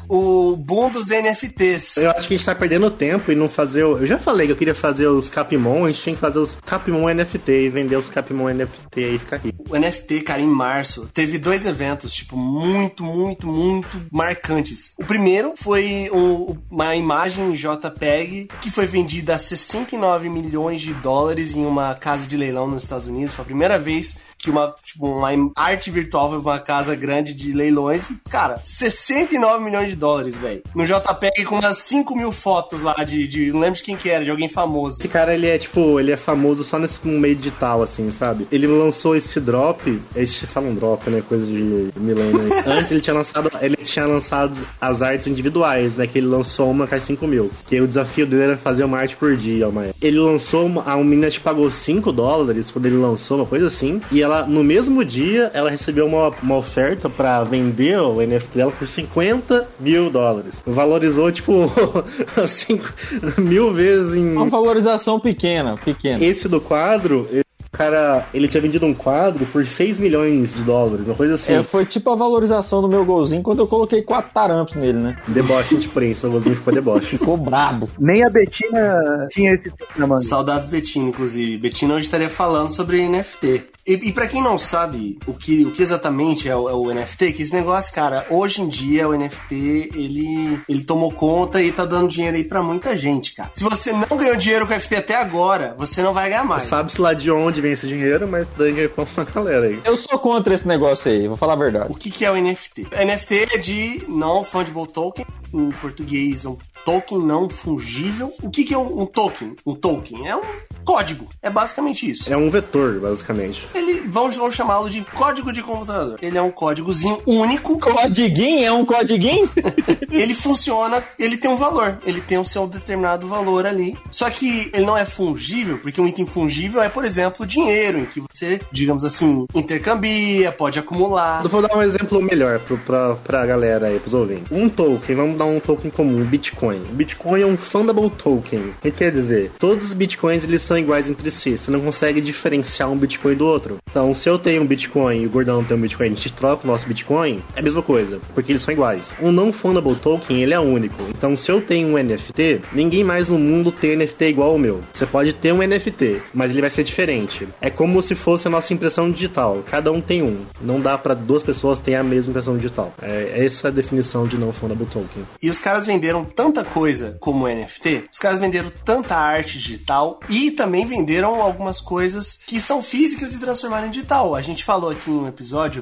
[SPEAKER 2] o boom dos NFTs.
[SPEAKER 3] Eu acho que a gente tá perdendo tempo e não fazer. o- Eu já falei que eu queria fazer os Capimon, a gente tinha que fazer os Capimon NFT e vender os Capimon NFT e ficar rico.
[SPEAKER 2] O NFT, cara, em março, teve dois eventos, tipo, muito, muito, muito marcantes. O primeiro foi um- uma imagem JPEG que foi vendida a 69 milhões de dólares em uma casa de leilão nos Estados Unidos. Foi a primeira vez que uma, tipo, uma im- arte virtual foi pra uma casa grande de leilões. E, cara, 69 milhões de dólares, velho. No JPEG com umas 5 mil fotos lá de, de. Não lembro de quem que era, de alguém famoso.
[SPEAKER 3] Esse cara, ele é tipo, ele é famoso só nesse meio digital, assim, sabe? Ele lançou esse drop, eles falam drop, né? Coisa de milênio. aí. Antes ele tinha lançado, ele tinha lançado as artes individuais, né? Que ele lançou uma que é 5 mil. Que o desafio dele era fazer uma arte por dia, uma época. Ele lançou uma, a menina te pagou 5 dólares quando ele lançou, uma coisa assim. E ela, no mesmo dia, ela recebeu uma, uma oferta pra vender o NFT dela por 50 mil dólares. Valorizou, tipo, *laughs* 5 mil vezes em
[SPEAKER 5] É Uma valorização pequena, pequena.
[SPEAKER 3] esse do quadro, ele- o cara, ele tinha vendido um quadro por 6 milhões de dólares, uma coisa assim.
[SPEAKER 5] É, foi tipo a valorização do meu golzinho quando eu coloquei quatro tarampos nele, né?
[SPEAKER 3] Deboche de prensa, o Gozinho ficou deboche.
[SPEAKER 5] Ficou brabo.
[SPEAKER 4] Nem a Betina tinha esse tempo né, na manga.
[SPEAKER 2] Saudades Betina, inclusive. Betina hoje estaria falando sobre NFT. E, e para quem não sabe o que, o que exatamente é o, é o NFT, que esse negócio, cara, hoje em dia o NFT, ele, ele tomou conta e tá dando dinheiro aí pra muita gente, cara. Se você não ganhou dinheiro com o NFT até agora, você não vai ganhar mais.
[SPEAKER 3] Sabe-se lá de onde vem esse dinheiro, mas dá dinheiro pra uma galera aí.
[SPEAKER 5] Eu sou contra esse negócio aí, vou falar a verdade.
[SPEAKER 2] O que, que é o NFT? NFT é de não fungible token, em português é um token não fungível. O que, que é um, um token? Um token é um código, é basicamente isso.
[SPEAKER 3] É um vetor, basicamente.
[SPEAKER 2] Ele, vamos, vamos chamá-lo de código de computador. Ele é um códigozinho único.
[SPEAKER 5] Codiguinho é um codiguinho? *laughs*
[SPEAKER 2] Ele funciona, ele tem um valor. Ele tem o seu determinado valor ali. Só que ele não é fungível, porque um item fungível é, por exemplo, dinheiro, em que você, digamos assim, intercambia, pode acumular.
[SPEAKER 3] Eu vou dar um exemplo melhor pro, pra, pra galera aí, pros ouvintes. Um token, vamos dar um token comum, Bitcoin. Bitcoin é um fundable token. O que quer dizer? Todos os Bitcoins, eles são iguais entre si. Você não consegue diferenciar um Bitcoin do outro. Então, se eu tenho um Bitcoin e o Gordão tem um Bitcoin, a gente troca o nosso Bitcoin, é a mesma coisa, porque eles são iguais. Um não fundable token, ele é único. Então, se eu tenho um NFT, ninguém mais no mundo tem NFT igual ao meu. Você pode ter um NFT, mas ele vai ser diferente. É como se fosse a nossa impressão digital. Cada um tem um. Não dá pra duas pessoas terem a mesma impressão digital. É essa é a definição de não fundable token.
[SPEAKER 2] E os caras venderam tanta coisa como NFT, os caras venderam tanta arte digital e também venderam algumas coisas que são físicas e transformaram carne de tal. A gente falou aqui em um episódio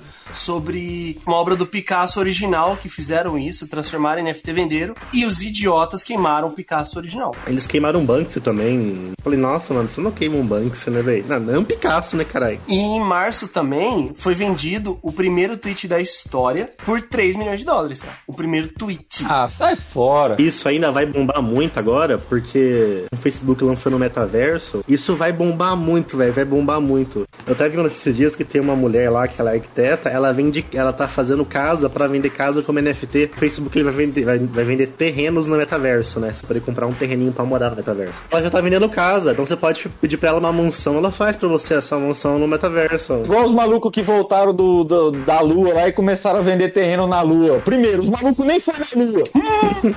[SPEAKER 2] sobre uma obra do Picasso original que fizeram isso, transformaram em NFT vendeiro, e os idiotas queimaram o Picasso original.
[SPEAKER 3] Eles queimaram um Banksy também. Falei, nossa, mano, você não queima um Banksy, né, velho? Não, não é um Picasso, né, caralho?
[SPEAKER 2] E em março também foi vendido o primeiro tweet da história por 3 milhões de dólares, cara. O primeiro tweet.
[SPEAKER 5] Ah, sai fora.
[SPEAKER 3] Isso ainda vai bombar muito agora, porque o Facebook lançando o metaverso, isso vai bombar muito, velho, vai bombar muito. Eu tava vendo esses dias que tem uma mulher lá que ela é arquiteta, ela vende, ela tá fazendo casa pra vender casa como NFT. O Facebook ele vai vender, vai, vai vender terrenos no metaverso, né? Você pode comprar um terreninho pra morar no metaverso. Ela já tá vendendo casa, então você pode pedir pra ela uma mansão, ela faz pra você essa mansão no metaverso.
[SPEAKER 5] Igual os malucos que voltaram do, do- da lua lá e começaram a vender terreno na lua. Primeiro, os malucos nem foram na lua.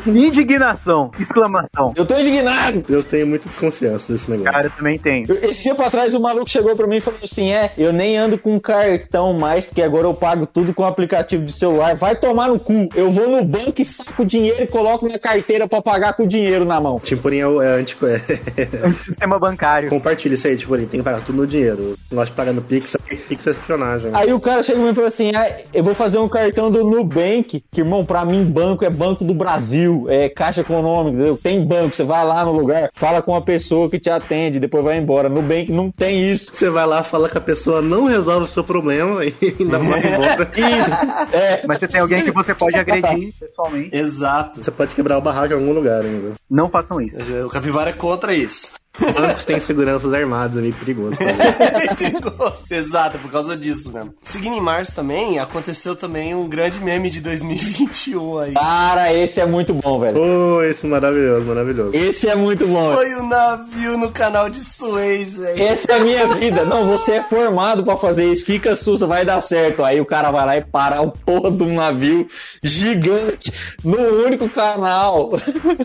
[SPEAKER 4] Indignação, exclamação.
[SPEAKER 5] Eu tô indignado.
[SPEAKER 3] Eu tenho muita desconfiança desse negócio.
[SPEAKER 4] Cara, eu também tenho.
[SPEAKER 5] Eu- Esse dia pra trás o maluco chegou pra mim e falou assim: É, eu nem ando com cartão mais, porque agora eu pago tudo com aplicativo de celular. Vai tomar no cu. Eu vou no banco e saco o dinheiro e coloco minha carteira pra pagar com o dinheiro na mão.
[SPEAKER 3] Timpurim é, o- é antico, é. *laughs*
[SPEAKER 4] um Sistema bancário.
[SPEAKER 3] Compartilha isso aí, Timpurim. Tem que pagar tudo no dinheiro. Nós pagando Pix, Pix é espionagem.
[SPEAKER 5] Aí o cara chega pra mim e fala assim: ah, eu vou fazer um cartão do Nubank, que irmão, pra mim banco é Banco do Brasil, é Caixa Econômica, entendeu? Tem banco, você vai lá no lugar, fala com a pessoa que te atende, depois vai embora. Nubank não tem isso.
[SPEAKER 3] Você vai lá, fala que a pessoa não resolve o seu problema *laughs* e ainda vai embora.
[SPEAKER 5] Isso, é.
[SPEAKER 4] Mas você tem alguém que você pode agredir pessoalmente.
[SPEAKER 2] Exato.
[SPEAKER 3] Você pode quebrar o barraco em algum lugar ainda.
[SPEAKER 4] Não façam isso.
[SPEAKER 2] O Capivara é contra isso.
[SPEAKER 3] Bancos têm seguranças armadas, é meio perigoso. cara.
[SPEAKER 2] *laughs* Exato, por causa disso mesmo. Seguindo em março também, aconteceu também um grande meme de 2021 aí.
[SPEAKER 5] Cara, esse é muito bom, velho.
[SPEAKER 3] Pô, esse maravilhoso, maravilhoso.
[SPEAKER 5] Esse é muito bom.
[SPEAKER 2] Foi o navio no canal de Suez, velho.
[SPEAKER 5] Essa é a minha vida. Não, você é formado pra fazer isso. Fica sussa, vai dar certo. Aí o cara vai lá e para o porra de um navio gigante no único canal.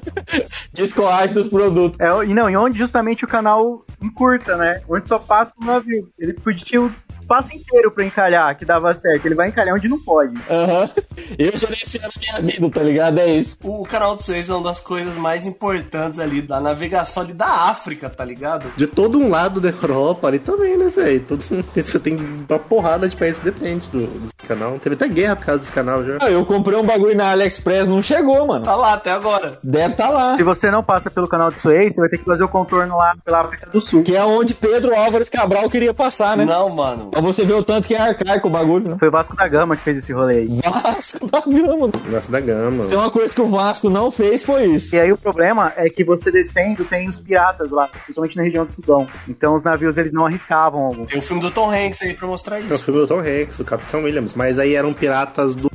[SPEAKER 5] *laughs* Descoagem dos produtos.
[SPEAKER 4] É, e não, e onde justamente o canal encurta, né? Onde só passa o navio. Ele podia ter o espaço inteiro pra encalhar, que dava certo. Ele vai encalhar onde não pode.
[SPEAKER 5] Aham. Eu gerenciando a minha vida, tá ligado? É isso.
[SPEAKER 2] O canal de Suez é uma das coisas mais importantes ali da navegação ali da África, tá ligado?
[SPEAKER 3] De todo um lado da Europa ali também, né, velho? Todo... Você tem uma porrada de países que depende do, desse canal. Teve até guerra por causa desse canal já.
[SPEAKER 5] Ah, Eu comprei um bagulho na AliExpress, não chegou, mano.
[SPEAKER 2] Tá lá até agora.
[SPEAKER 5] Deve tá lá.
[SPEAKER 4] Se você não passa pelo canal de Suez, você vai ter que fazer o contorno lá pela África do Sul.
[SPEAKER 5] Que é onde Pedro Álvares Cabral queria passar, né?
[SPEAKER 2] Não, mano.
[SPEAKER 5] Pra você ver o tanto que é arcaico o bagulho, né?
[SPEAKER 4] Foi o Vasco da Gama que fez esse rolê aí.
[SPEAKER 5] Vasco da Gama.
[SPEAKER 3] Nossa, da gama.
[SPEAKER 5] Se tem uma coisa que o Vasco não fez, foi isso.
[SPEAKER 4] E aí o problema é que você descendo tem os piratas lá, principalmente na região do Sudão. Então os navios eles não arriscavam algum.
[SPEAKER 2] Tem o filme do Tom Hanks aí pra mostrar
[SPEAKER 3] É o
[SPEAKER 2] isso.
[SPEAKER 3] filme do Tom Hanks, do Capitão Williams, mas aí eram piratas do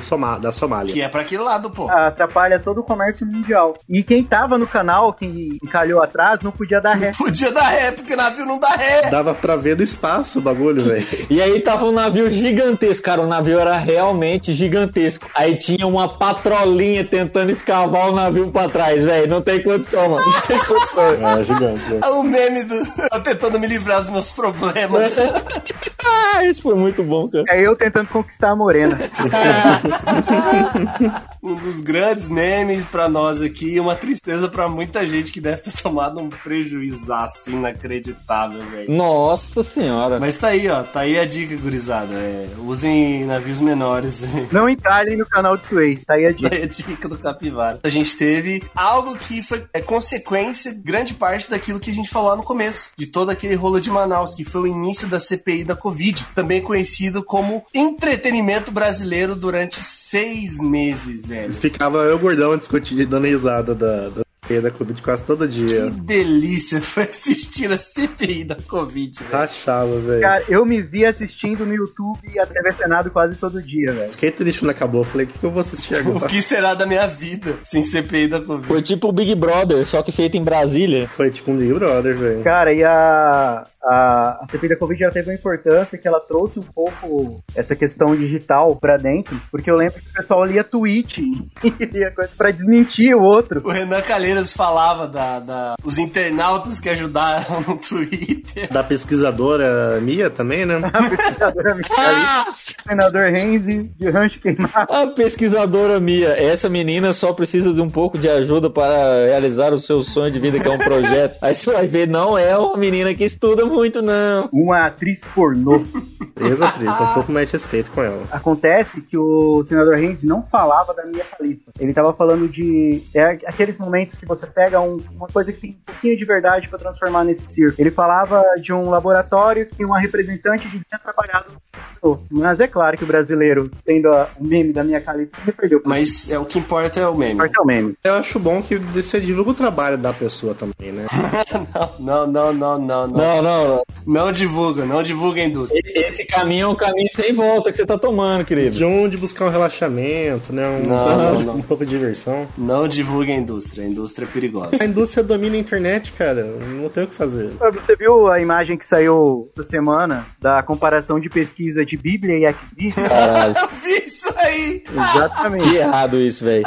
[SPEAKER 3] Soma- da Somália.
[SPEAKER 2] Que é pra aquele lado, pô.
[SPEAKER 4] Atrapalha todo o comércio mundial. E quem tava no canal, quem encalhou atrás, não podia dar ré.
[SPEAKER 2] Podia dar ré, porque o navio não dá ré.
[SPEAKER 3] Dava pra ver do espaço o bagulho, velho.
[SPEAKER 5] E aí tava um navio gigantesco, cara. O navio era realmente gigantesco. Aí tinha uma patrolinha tentando escavar o navio pra trás, velho. Não tem condição, mano. Não tem
[SPEAKER 3] *laughs*
[SPEAKER 5] condição. *laughs*
[SPEAKER 3] É gigante, velho.
[SPEAKER 2] O meme do. *laughs* Eu tentando me livrar dos meus
[SPEAKER 5] É.
[SPEAKER 2] problemas.
[SPEAKER 5] ah, isso foi muito bom, cara.
[SPEAKER 4] É eu tentando conquistar a morena.
[SPEAKER 2] Um dos grandes memes pra nós aqui e uma tristeza pra muita gente que deve ter tomado um prejuízaço inacreditável, velho.
[SPEAKER 5] Nossa senhora.
[SPEAKER 2] Mas tá aí, ó. Tá aí a dica, gurizada. É, usem navios menores. *laughs*
[SPEAKER 4] Não encalhem no canal de Suez, tá aí a dica.
[SPEAKER 2] Tá aí a dica do capivara. A gente teve algo que foi é, consequência, grande parte daquilo que a gente falou lá no começo, de todo aquele rolo de Manaus, que foi o início da CPI da Covid, também conhecido como entretenimento brasileiro durante seis meses, velho.
[SPEAKER 3] Ficava eu gordão discutindo, dando risada da, da CPI da Covid quase todo
[SPEAKER 2] Que
[SPEAKER 3] dia.
[SPEAKER 2] delícia *laughs* foi assistir a CPI da Covid, velho.
[SPEAKER 3] Rachava, velho.
[SPEAKER 4] Cara, eu me vi assistindo no YouTube a TV Senado quase todo dia, velho.
[SPEAKER 3] Fiquei triste quando acabou. Falei, o que, que eu vou assistir
[SPEAKER 2] *laughs* O
[SPEAKER 3] agora?
[SPEAKER 2] que será da minha vida sem CPI da Covid?
[SPEAKER 5] Foi tipo o Big Brother, só que feito em Brasília.
[SPEAKER 3] Foi tipo um Big Brother, velho.
[SPEAKER 4] Cara, e a, a, a CPI da Covid já teve uma importância que ela trouxe um pouco essa questão digital pra *laughs* dentro, porque eu lembro que o pessoal lia tweet e lia coisa pra desmentir o outro.
[SPEAKER 2] O Renan Calheiros Medeiros falava da, da- os internautas que ajudaram no Twitter.
[SPEAKER 3] Da pesquisadora Mia
[SPEAKER 2] *laughs*
[SPEAKER 3] também, né?
[SPEAKER 4] Pesquisadora Michele,
[SPEAKER 5] Nossa!
[SPEAKER 4] Senador Renzi, de Rancho Queimado.
[SPEAKER 5] A pesquisadora Mia, essa menina só precisa de um pouco de ajuda para realizar o seu sonho de vida, que é um projeto. Aí você vai ver, não é uma menina que estuda muito, não.
[SPEAKER 4] Uma atriz pornô.
[SPEAKER 3] Ex-atriz, um pouco mais de respeito com ela.
[SPEAKER 4] Acontece que o senador Reis não falava da minha Khalifa. Ele tava falando de. É aqueles momentos que você pega um- uma coisa que tem um pouquinho de verdade pra transformar nesse circo. Ele falava de um laboratório que uma representante de atrapalhado. Mas é claro que o brasileiro, tendo a- o meme da minha Khalifa, ele perdeu. Mas...
[SPEAKER 2] Mas é, o que importa é o meme.
[SPEAKER 4] Parte é o meme.
[SPEAKER 3] Eu acho bom que você divulga o trabalho da pessoa
[SPEAKER 2] *laughs*
[SPEAKER 3] também, né?
[SPEAKER 2] Não, não, não, não, não.
[SPEAKER 5] Não, não, não.
[SPEAKER 2] Não divulga, não divulga a indústria.
[SPEAKER 5] Esse caminho é um caminho sem volta que você tá tomando, querido.
[SPEAKER 3] De onde buscar um relaxamento, né? Um,
[SPEAKER 2] Não, não, não.
[SPEAKER 3] um pouco de diversão.
[SPEAKER 2] Não divulga a indústria, a indústria é
[SPEAKER 3] *laughs*
[SPEAKER 2] perigosa.
[SPEAKER 3] A indústria domina a internet, cara. Não tem o que fazer.
[SPEAKER 4] Ah, Você viu a imagem que saiu essa semana da comparação de pesquisa de Bíblia e XB?
[SPEAKER 5] Caralho,
[SPEAKER 2] Eu vi isso aí!
[SPEAKER 4] Exatamente.
[SPEAKER 5] que errado isso, velho.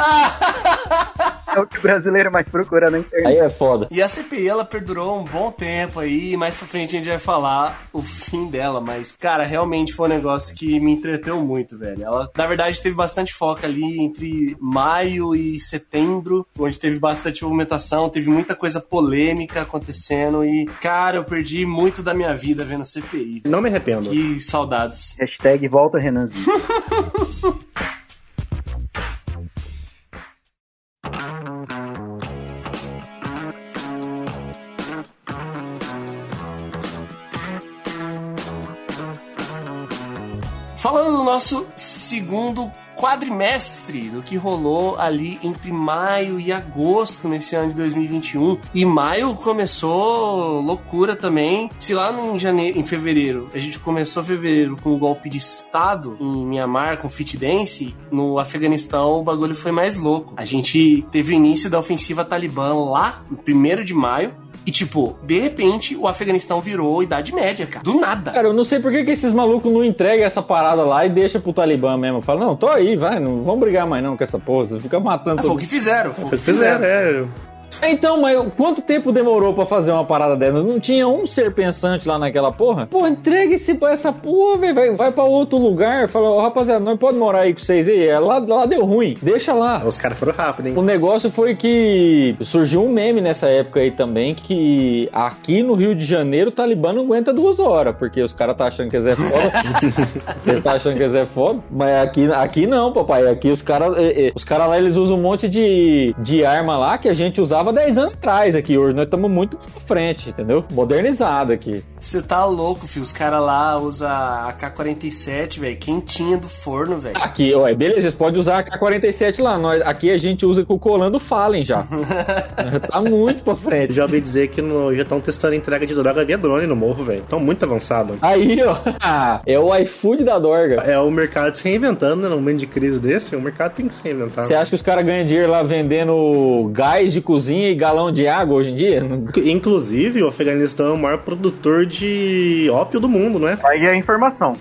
[SPEAKER 4] É o que o brasileiro mais procura na internet.
[SPEAKER 5] Aí é foda.
[SPEAKER 2] E a CPI, ela perdurou um bom tempo aí, e mais pra frente a gente vai falar o fim dela, mas, cara, realmente foi um negócio que me entreteu muito, velho. Ela, na verdade, teve bastante foco ali entre maio e setembro, onde teve bastante movimentação, teve muita coisa polêmica acontecendo, e, cara, eu perdi muito da minha vida vendo a CPI.
[SPEAKER 3] Não me arrependo.
[SPEAKER 2] Que saudades.
[SPEAKER 4] Hashtag volta Renanzinho.
[SPEAKER 2] Falando do nosso segundo quadrimestre, do que rolou ali entre maio e agosto nesse ano de 2021. E maio começou loucura também. Se lá em janeiro, em fevereiro, a gente começou fevereiro com um golpe de estado em Myanmar com Fit Dance, no Afeganistão o bagulho foi mais louco. A gente teve o início da ofensiva talibã lá no 1 de maio. E, tipo, de repente, o Afeganistão virou Idade Média, cara. Do nada.
[SPEAKER 5] Cara, eu não sei por que, que esses malucos não entregam essa parada lá e deixam pro Talibã mesmo. Fala, não, tô aí, vai, não vamos brigar mais não com essa porra, você fica matando
[SPEAKER 2] Ah, foi o
[SPEAKER 5] todo
[SPEAKER 2] que fizeram. Foi o que
[SPEAKER 3] Fizeram, é.
[SPEAKER 5] É, Então, mas quanto tempo demorou pra fazer uma parada dessa? Não tinha um ser pensante lá naquela porra? Pô, entrega esse, essa porra, velho. Vai, vai pra outro lugar. Fala, ó, rapaziada, nós pode morar aí com vocês aí. É, Lá, lá deu ruim. Deixa lá.
[SPEAKER 3] Os caras foram rápido, hein?
[SPEAKER 5] O negócio foi que surgiu um meme nessa época aí também que aqui no Rio de Janeiro o Talibã não aguenta duas horas, porque os caras tá achando que eles é foda. eles tá achando que eles é foda, mas aqui, aqui não, papai. Aqui os caras os cara lá eles usam um monte de, de arma lá que a gente usava 10 anos atrás aqui. Hoje nós estamos muito à frente, entendeu? Modernizado aqui.
[SPEAKER 2] Você tá louco, filho. Os caras lá usam AK-47, velho. Quentinha do forno, velho.
[SPEAKER 5] Aqui, ó, é beleza, vocês podem usar a K-47 lá. Nós, aqui a gente usa com o colando Fallen já. tá muito pra frente.
[SPEAKER 3] Já ouvi dizer que no- já estão testando entrega de droga via drone no morro, velho. Estão muito avançado.
[SPEAKER 5] Aí, ó, é o iFood da Dorga.
[SPEAKER 3] É o mercado se reinventando, né? Num momento de crise desse, o mercado tem que se reinventar.
[SPEAKER 5] Você acha que os caras ganham dinheiro lá vendendo gás de cozinha e galão de água hoje em dia? Não-
[SPEAKER 3] Inclusive, o Afeganistão é o maior produtor de ópio do mundo, né?
[SPEAKER 4] Aí é a informação.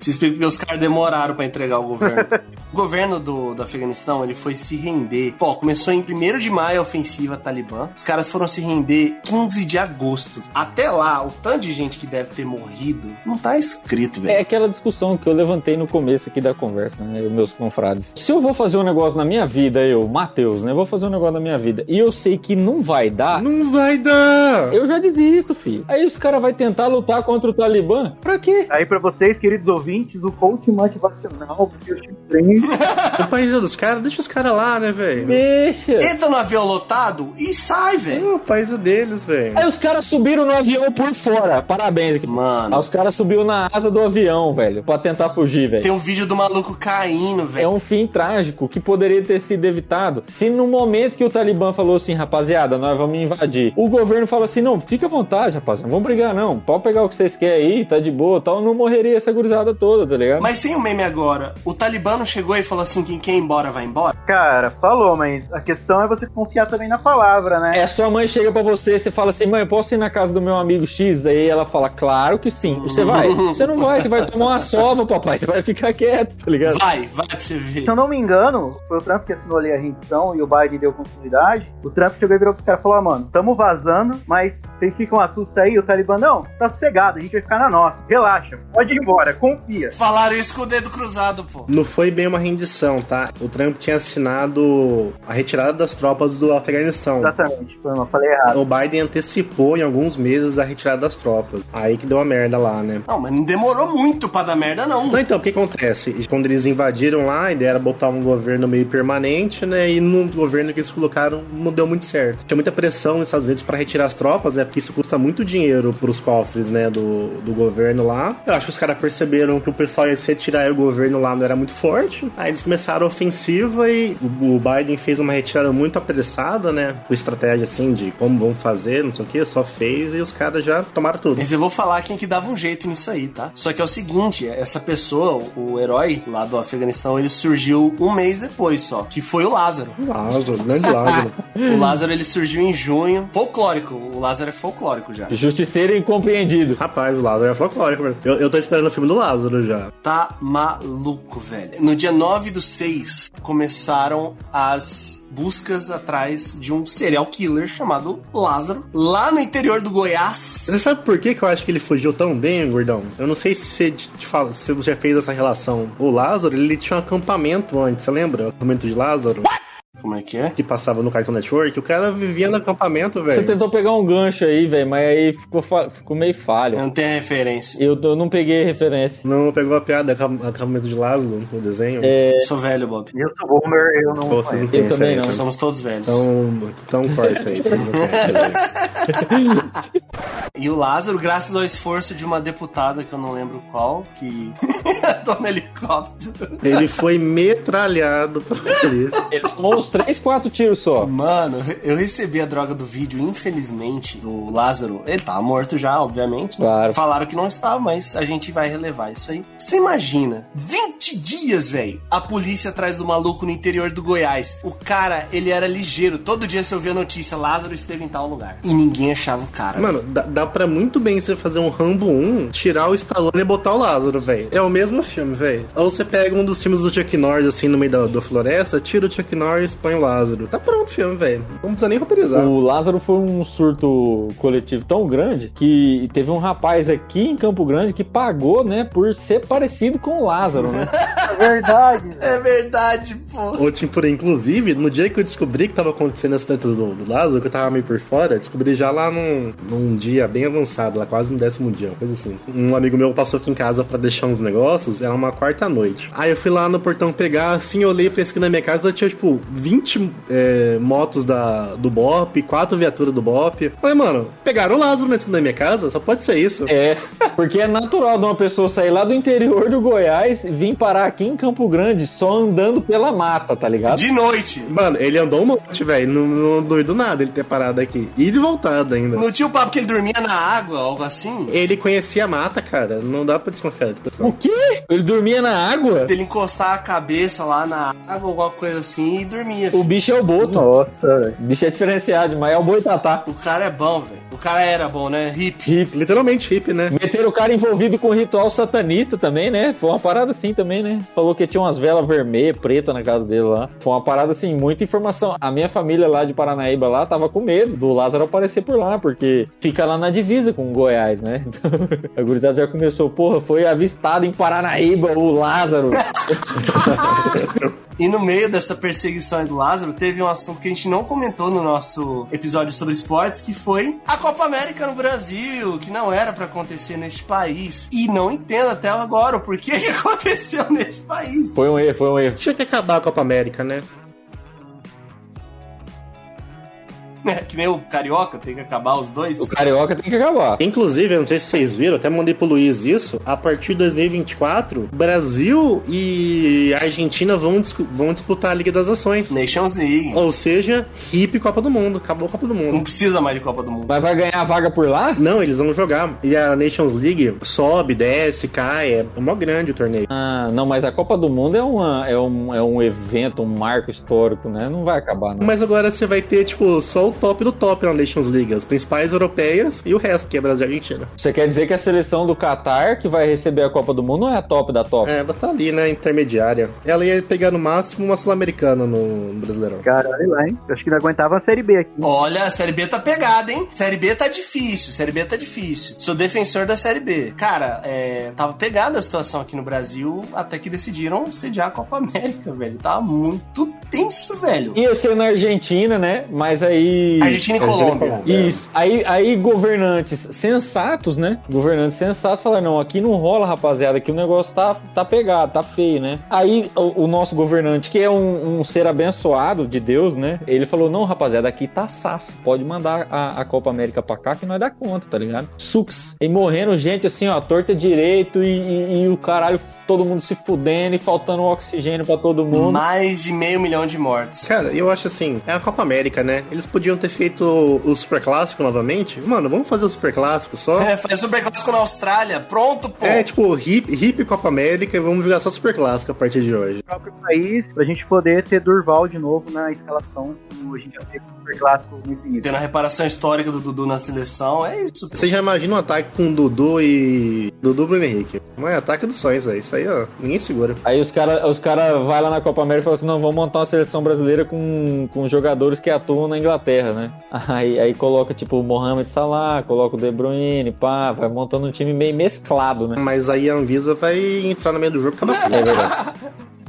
[SPEAKER 2] Se explica porque os caras demoraram pra entregar o governo. o governo do, do Afeganistão, ele foi se render. Pô, começou em 1 de maio a ofensiva talibã. Os caras foram se render 15 de agosto. Até lá, o tanto de gente que deve ter morrido não tá escrito, velho.
[SPEAKER 5] É aquela discussão que eu levantei no começo aqui da conversa, né? eu e Meus confrades. Se eu vou fazer um negócio na minha vida, eu, Matheus, né? Vou fazer um negócio na minha vida e eu sei que não vai dar.
[SPEAKER 3] Não vai dar!
[SPEAKER 5] Eu já desisto, filho. Aí os caras vão tentar lutar contra o Talibã? Pra quê?
[SPEAKER 4] Aí pra vocês, queridos ouvintes, o coach motivacional que eu te treino.
[SPEAKER 3] O país é dos caras, deixa os caras lá, né, velho?
[SPEAKER 5] Deixa.
[SPEAKER 2] Entra no avião lotado e sai,
[SPEAKER 3] É
[SPEAKER 2] velho.
[SPEAKER 3] o país é deles, velho.
[SPEAKER 5] Aí os caras subiram no avião por fora. Parabéns aqui. Aí
[SPEAKER 2] Mano,
[SPEAKER 5] os caras subiu na asa do avião, velho, pra tentar fugir, velho.
[SPEAKER 2] tem um vídeo do maluco caindo,
[SPEAKER 5] É
[SPEAKER 2] velho.
[SPEAKER 5] um fim trágico que poderia ter sido evitado se no momento que o Talibã falou assim, rapaziada, nós vamos invadir, o governo falou assim, não, fica à vontade, rapaziada, não vamos brigar não, pode pegar o que vocês querem aí, tá de boa, tal, não morreria essa gurizada toda, tá ligado?
[SPEAKER 2] Mas sem o meme agora, o talibã não chegou e falou assim: quem quer ir embora, vai embora?
[SPEAKER 4] Cara, falou, mas a questão é você confiar também na palavra, né?
[SPEAKER 5] É, sua mãe chega pra você, você fala assim, mãe, eu posso ir na casa do meu amigo X? Aí ela fala, claro que sim.
[SPEAKER 2] *laughs*
[SPEAKER 5] Você vai? Você não vai, você vai tomar uma sova, papai, você vai ficar quieto, tá ligado?
[SPEAKER 2] Vai, vai pra você ver.
[SPEAKER 4] Se eu não me engano, foi o Trump que assinou ali a rendição e o Biden deu com continuidade, o Trump chegou e virou pros caras e falou: ah, mano, tamo vazando, mas vocês ficam assusta aí, o Talibã, não, tá sossegado, a gente vai ficar na nossa. Relaxa, pode ir embora, confia.
[SPEAKER 2] Falaram isso com o dedo cruzado, pô.
[SPEAKER 3] Não foi bem uma rendição, tá? O Trump tinha assinado a retirada das tropas do Afeganistão.
[SPEAKER 4] Exatamente, foi uma, falei errado.
[SPEAKER 3] O Biden antecipou em alguns meses a retirada das tropas. Aí que deu a merda lá, né?
[SPEAKER 2] Não, mas não demorou muito pra dar merda, não.
[SPEAKER 3] Não, então, o que acontece? Quando eles invadiram lá, a ideia era botar um governo meio permanente, né? E no governo que eles colocaram não deu muito certo. Tinha muita pressão nos Estados Unidos pra retirar as tropas, né? Porque isso custa muito dinheiro pros cofres, né? Do, do governo lá. Eu acho que os caras perceberam que o pessoal ia se retirar e o governo lá não era muito forte. Aí eles começaram a ofensiva e o, o Biden fez uma retirada muito apressada, né? Com estratégia assim de como vão fazer, não sei o que, só fez e os caras já tomaram tudo.
[SPEAKER 2] Mas eu vou falar quem que dava um jeito nisso aí, tá? Só que é o seguinte, essa pessoa, o herói lá do Afeganistão, ele surgiu um mês depois só, que foi o Lázaro.
[SPEAKER 3] Lázaro, grande Lázaro.
[SPEAKER 2] O Lázaro, ele surgiu em junho, folclórico, o Lázaro é folclórico já.
[SPEAKER 5] Justiceiro incompreendido.
[SPEAKER 3] Rapaz, o Lázaro é folclórico, mano. Eu, eu tô esperando o filme do Lázaro já.
[SPEAKER 2] Tá maluco, velho. No dia 9 do 6, começaram as buscas atrás de um serial killer chamado Lázaro, lá no interior do Goiás.
[SPEAKER 3] Você sabe por que, que eu acho que ele fugiu tão bem, gordão? Eu não sei se você, te- te fala- se você já fez essa relação. O Lázaro, ele tinha um acampamento antes, você lembra? O acampamento de Lázaro,
[SPEAKER 2] Como é que é?
[SPEAKER 3] que passava no Cartoon Network. O cara vivia no acampamento,
[SPEAKER 5] Você
[SPEAKER 3] velho.
[SPEAKER 5] tentou pegar um gancho aí, velho, mas aí ficou, fa- ficou meio falho.
[SPEAKER 2] Não tem referência.
[SPEAKER 5] Eu, eu não peguei a referência.
[SPEAKER 3] Não pegou a piada, acam- acampamento de Lázaro, no desenho?
[SPEAKER 5] É,
[SPEAKER 2] Eu sou velho, Bob.
[SPEAKER 4] Eu sou boomer, eu não.
[SPEAKER 3] Pô, vocês não
[SPEAKER 5] Eu
[SPEAKER 3] têm
[SPEAKER 5] também
[SPEAKER 3] referência.
[SPEAKER 5] não.
[SPEAKER 2] Nós somos todos velhos.
[SPEAKER 3] Então, então corta isso aí. vocês não têm
[SPEAKER 5] *laughs*
[SPEAKER 3] referência.
[SPEAKER 2] E o Lázaro, graças ao esforço de uma deputada que eu não lembro qual, que *laughs* toma helicóptero.
[SPEAKER 3] Ele foi metralhado por isso.
[SPEAKER 5] ele tomou uns 3, 4 tiros só.
[SPEAKER 2] Mano, eu recebi a droga do vídeo, infelizmente, do Lázaro. Ele tá morto já, obviamente. né?
[SPEAKER 5] Claro.
[SPEAKER 2] Falaram que não está, mas a gente vai relevar isso aí. Você imagina, 20 dias, velho, a polícia atrás do maluco no interior do Goiás. O cara, ele era ligeiro. Todo dia você ouvia a notícia, Lázaro esteve em tal lugar. E ninguém achava o cara.
[SPEAKER 3] Mano, dá, dá pra muito bem você fazer um Rambo 1, tirar o Stallone e botar o Lázaro, velho. É o mesmo filme, velho. Ou você pega um dos filmes do Chuck Norris, assim, no meio da, da floresta, tira o Chuck Norris, põe o Lázaro. Tá pronto o filme, velho. Não precisa nem roteirizar.
[SPEAKER 5] O Lázaro foi um surto coletivo tão grande que teve um rapaz aqui em Campo Grande que pagou, né, por ser parecido com o Lázaro, né?
[SPEAKER 4] É verdade, velho.
[SPEAKER 2] É verdade, pô.
[SPEAKER 3] Ô, Tim Purê, tipo, inclusive, no dia que eu descobri que tava acontecendo esse dentro do, do Lázaro, que eu tava meio por fora, descobri já lá num, num dia bem avançado, lá quase no décimo dia, uma coisa assim. Um amigo meu passou aqui em casa pra deixar uns negócios, era uma quarta-noite. Aí eu fui lá no portão pegar, assim, eu olhei pra esquina da minha casa, tinha tipo 20 é, motos da, do Bop, quatro viaturas do Bop. Falei, mano, pegaram o Lázaro na esquina da minha casa? Só pode ser isso.
[SPEAKER 5] É, porque é natural de uma pessoa sair lá do interior do Goiás e vir parar aqui em Campo Grande só andando pela mata, tá ligado?
[SPEAKER 2] De noite.
[SPEAKER 3] Mano, ele andou um monte, velho. Não, não doido nada ele ter parado aqui. E de voltado ainda.
[SPEAKER 2] Não tinha o papo que ele dormia na água, algo assim?
[SPEAKER 3] Ele conhecia a mata, cara. Não dá pra desconfiar desse
[SPEAKER 5] O
[SPEAKER 3] pessoal.
[SPEAKER 5] quê? Ele dormia na água?
[SPEAKER 2] Ele encostar a cabeça lá na água, alguma coisa assim, e dormia.
[SPEAKER 5] O bicho é o Boto.
[SPEAKER 4] Nossa, velho.
[SPEAKER 5] O bicho é diferenciado, mas é o Boitatá.
[SPEAKER 2] O cara é bom, velho. O cara era bom, né? Hip.
[SPEAKER 5] Hip.
[SPEAKER 3] Literalmente hippie, né?
[SPEAKER 5] Meteram o cara envolvido com ritual satanista também, né? Foi uma parada assim também, né? Falou que tinha umas velas vermelha, preta na casa dele lá. Foi uma parada assim, muita informação. A minha família lá de Paranaíba lá tava com medo do Lázaro aparecer por lá, porque fica lá na divisa com Goiás, né? *laughs* Então, a gurizada já começou, porra, foi avistado em Paranaíba o Lázaro.
[SPEAKER 2] E no meio dessa perseguição aí do Lázaro, teve um assunto que a gente não comentou no nosso episódio sobre esportes, que foi a Copa América no Brasil, que não era pra acontecer neste país. E não entendo até agora o porquê que *laughs* aconteceu neste país.
[SPEAKER 5] Foi um erro, foi um erro.
[SPEAKER 3] Tinha que acabar a Copa América, né?
[SPEAKER 2] Né? Que nem o Carioca, tem que acabar os dois.
[SPEAKER 5] O carioca tem que acabar.
[SPEAKER 3] Inclusive, eu não sei se vocês viram, até mandei pro Luiz isso. A partir de 2024, Brasil e Argentina vão, dis- vão disputar a Liga das Nações.
[SPEAKER 2] Nations League.
[SPEAKER 3] Ou seja, hippie Copa do Mundo. Acabou a Copa do
[SPEAKER 2] Não
[SPEAKER 3] Mundo.
[SPEAKER 2] precisa mais de Copa do Mundo.
[SPEAKER 5] Mas vai ganhar a vaga por lá?
[SPEAKER 3] Não, eles vão jogar. E a Nations League sobe, desce, cai. É mó grande o torneio.
[SPEAKER 5] Ah, não, mas a Copa do Mundo é, uma, é, um, é um evento, um marco histórico, né? Não vai acabar, não.
[SPEAKER 3] Mas agora você vai ter, tipo, só o top do top na Nations League, as principais europeias e o resto, que é Brasil e Argentina.
[SPEAKER 5] Você quer dizer que a seleção do Catar, que vai receber a Copa do Mundo, não é a top da top?
[SPEAKER 3] É, ela tá ali, né, intermediária. Ela ia pegar no máximo uma sul-americana no Brasileirão.
[SPEAKER 4] Cara, olha lá, hein? Eu acho que não aguentava a Série B aqui.
[SPEAKER 2] Olha, a Série B tá pegada, hein? Série B tá difícil, Série B tá difícil. Sou defensor da Série B. Cara, é, tava pegada a situação aqui no Brasil até que decidiram sediar a Copa América, velho. Tava muito tenso, velho.
[SPEAKER 5] Ia ser na Argentina, né? Mas aí.
[SPEAKER 2] Argentina e Colômbia.
[SPEAKER 5] Isso. Aí, aí governantes sensatos, né? Governantes sensatos falaram: não, aqui não rola, rapaziada, aqui o negócio tá, tá pegado, tá feio, né? Aí o, o nosso governante, que é um, um ser abençoado de Deus, né? Ele falou: não, rapaziada, aqui tá safo, pode mandar a, a Copa América pra cá que nós dá conta, tá ligado? Sucks. E morrendo gente assim, ó, torta direito e, e- e o caralho, todo mundo se fudendo e faltando oxigênio pra todo mundo.
[SPEAKER 2] Mais de meio milhão de mortos.
[SPEAKER 3] Cara, eu acho assim, é a Copa América, né? Eles podiam ter feito o Super Clássico novamente. Mano, vamos fazer o Super Clássico só.
[SPEAKER 2] É, faz o Superclássico na Austrália. Pronto, pô.
[SPEAKER 3] É, tipo, hip, hip Copa América e vamos jogar só Super Clássico a partir de hoje.
[SPEAKER 4] O próprio país, pra gente poder ter Durval de novo na escalação, como a gente já teve com o Superclássico nesse nível.
[SPEAKER 2] Tendo a reparação histórica do Dudu na seleção, é isso.
[SPEAKER 3] Você já imagina um ataque com Dudu e. Dudu e Bruno Henrique. Não é ataque dos sonhos, é isso aí, ó. Ninguém segura.
[SPEAKER 5] Aí os caras os cara vai lá na Copa América e falam assim: não, vamos montar uma seleção brasileira com, com jogadores que atuam na Inglaterra, né? *laughs* Aí, aí coloca, tipo, o Mohamed Salah, coloca o De Bruyne, pá, vai montando um time meio mesclado, né?
[SPEAKER 3] Mas aí a Anvisa vai entrar no meio do jogo e acaba tudo.
[SPEAKER 5] É verdade.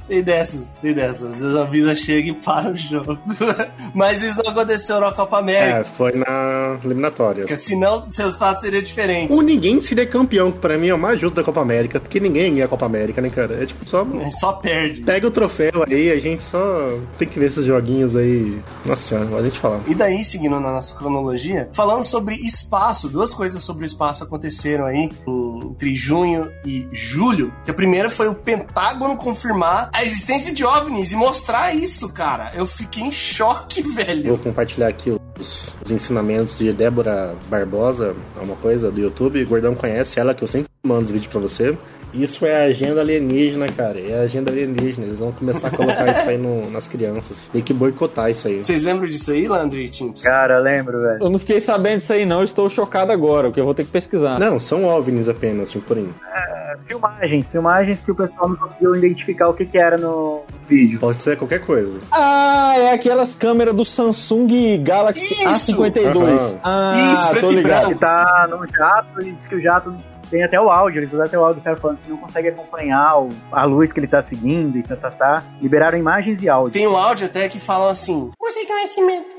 [SPEAKER 2] Tem dessas, tem dessas. Às vezes a Visa chega e para o jogo. *laughs* Mas isso não aconteceu na Copa América.
[SPEAKER 3] É, foi na eliminatória. assim.
[SPEAKER 2] Senão, seu resultado seria diferente.
[SPEAKER 3] O ninguém seria campeão, que pra mim é o mais justo da Copa América, porque ninguém ganha a Copa América, né, cara? É tipo, só.
[SPEAKER 2] Só perde.
[SPEAKER 3] Pega o troféu aí, a gente só tem que ver esses joguinhos aí. Nossa senhora, não vou nem te falar.
[SPEAKER 2] E daí, seguindo na nossa cronologia, falando sobre espaço, duas coisas sobre o espaço aconteceram aí em- entre junho e julho. Que a primeira foi o Pentágono confirmar a existência de OVNIs e mostrar isso, cara. Eu fiquei em choque, velho.
[SPEAKER 3] Vou compartilhar aqui os, os ensinamentos de Débora Barbosa, alguma coisa, do YouTube. O Gordão conhece ela, que eu sempre mando os vídeos pra você. Isso é agenda alienígena, cara. É agenda alienígena. Eles vão começar a colocar isso aí no- nas crianças. Tem que boicotar isso aí.
[SPEAKER 2] Vocês lembram disso aí, Landry um Timps?
[SPEAKER 4] Cara, lembro, velho.
[SPEAKER 5] Eu não fiquei sabendo disso aí, não. Estou chocado agora, porque eu vou ter que pesquisar.
[SPEAKER 3] Não, são OVNIs apenas, tipo, por aí.
[SPEAKER 4] Filmagens, filmagens que o pessoal não conseguiu identificar o que, que era no vídeo.
[SPEAKER 3] Pode ser qualquer coisa.
[SPEAKER 5] Ah, é aquelas câmeras do Samsung Galaxy
[SPEAKER 2] Isso!
[SPEAKER 5] A52.
[SPEAKER 3] Aham.
[SPEAKER 5] Ah,
[SPEAKER 2] Isso, preto
[SPEAKER 5] tô
[SPEAKER 2] e
[SPEAKER 5] ligado.
[SPEAKER 2] branco.
[SPEAKER 4] Ele tá num jato e diz que o jato tem até o áudio, ele usaram até o áudio do cara falando que não consegue acompanhar o- a luz que ele tá seguindo e tá, tá, tá. Liberaram imagens e áudio.
[SPEAKER 2] Tem um áudio até que falam assim: Você conhecimento.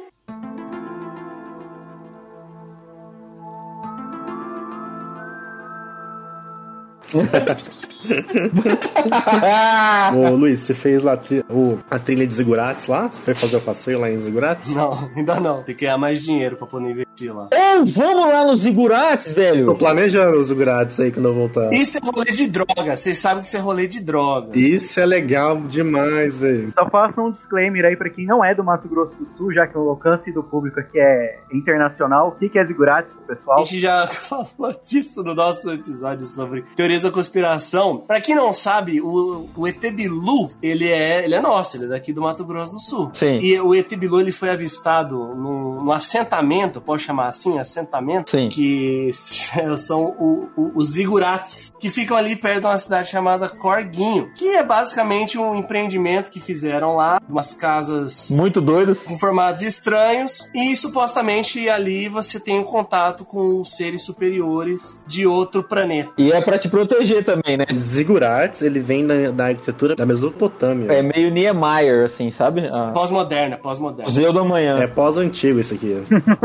[SPEAKER 5] Ah,
[SPEAKER 3] Ô, Luiz, você fez lá tri- o- a trilha de Zigurates lá? Você foi fazer o passeio lá em Zigurates?
[SPEAKER 2] Não, *laughs* ainda não. Tem que ganhar mais dinheiro pra poder investir lá.
[SPEAKER 5] Ô, vamos lá nos Igurates,
[SPEAKER 3] Tô
[SPEAKER 5] velho.
[SPEAKER 3] planejando os Zigurates aí quando eu voltar.
[SPEAKER 2] Isso é rolê de droga. Vocês sabem que isso é rolê de droga.
[SPEAKER 3] Isso é legal demais, velho.
[SPEAKER 4] Só faço um disclaimer aí pra quem não é do Mato Grosso do Sul, já que o alcance do público aqui é internacional. O que, que é zigurates pro
[SPEAKER 2] A
[SPEAKER 4] pessoal?
[SPEAKER 2] gente já *laughs* falou disso no nosso episódio sobre teorias da conspiração. Pra quem não sabe, o, o ET Bilu, ele é, ele é nosso, ele é daqui do Mato Grosso do Sul.
[SPEAKER 5] Sim.
[SPEAKER 2] E o ET Bilu, ele foi avistado num, num assentamento, posso chamar assim, assentamento,
[SPEAKER 5] Sim.
[SPEAKER 2] que *laughs* são o- o- os zigurates, que ficam ali perto de uma cidade chamada Corguinho, que é basicamente um empreendimento que fizeram lá, umas casas
[SPEAKER 5] Muito doidos.
[SPEAKER 2] com formatos estranhos e supostamente ali você tem um contato com seres superiores de outro planeta.
[SPEAKER 5] E é pra te proteger também, né?
[SPEAKER 3] Zigurates, ele vem da, da arquitetura da Mesopotâmia.
[SPEAKER 5] É meio Niemeyer, assim, sabe? Ah,
[SPEAKER 2] Pós-moderna,
[SPEAKER 5] *laughs*
[SPEAKER 2] pós-moderna.
[SPEAKER 5] Museu da Manhã.
[SPEAKER 3] É pós-antigo isso aqui.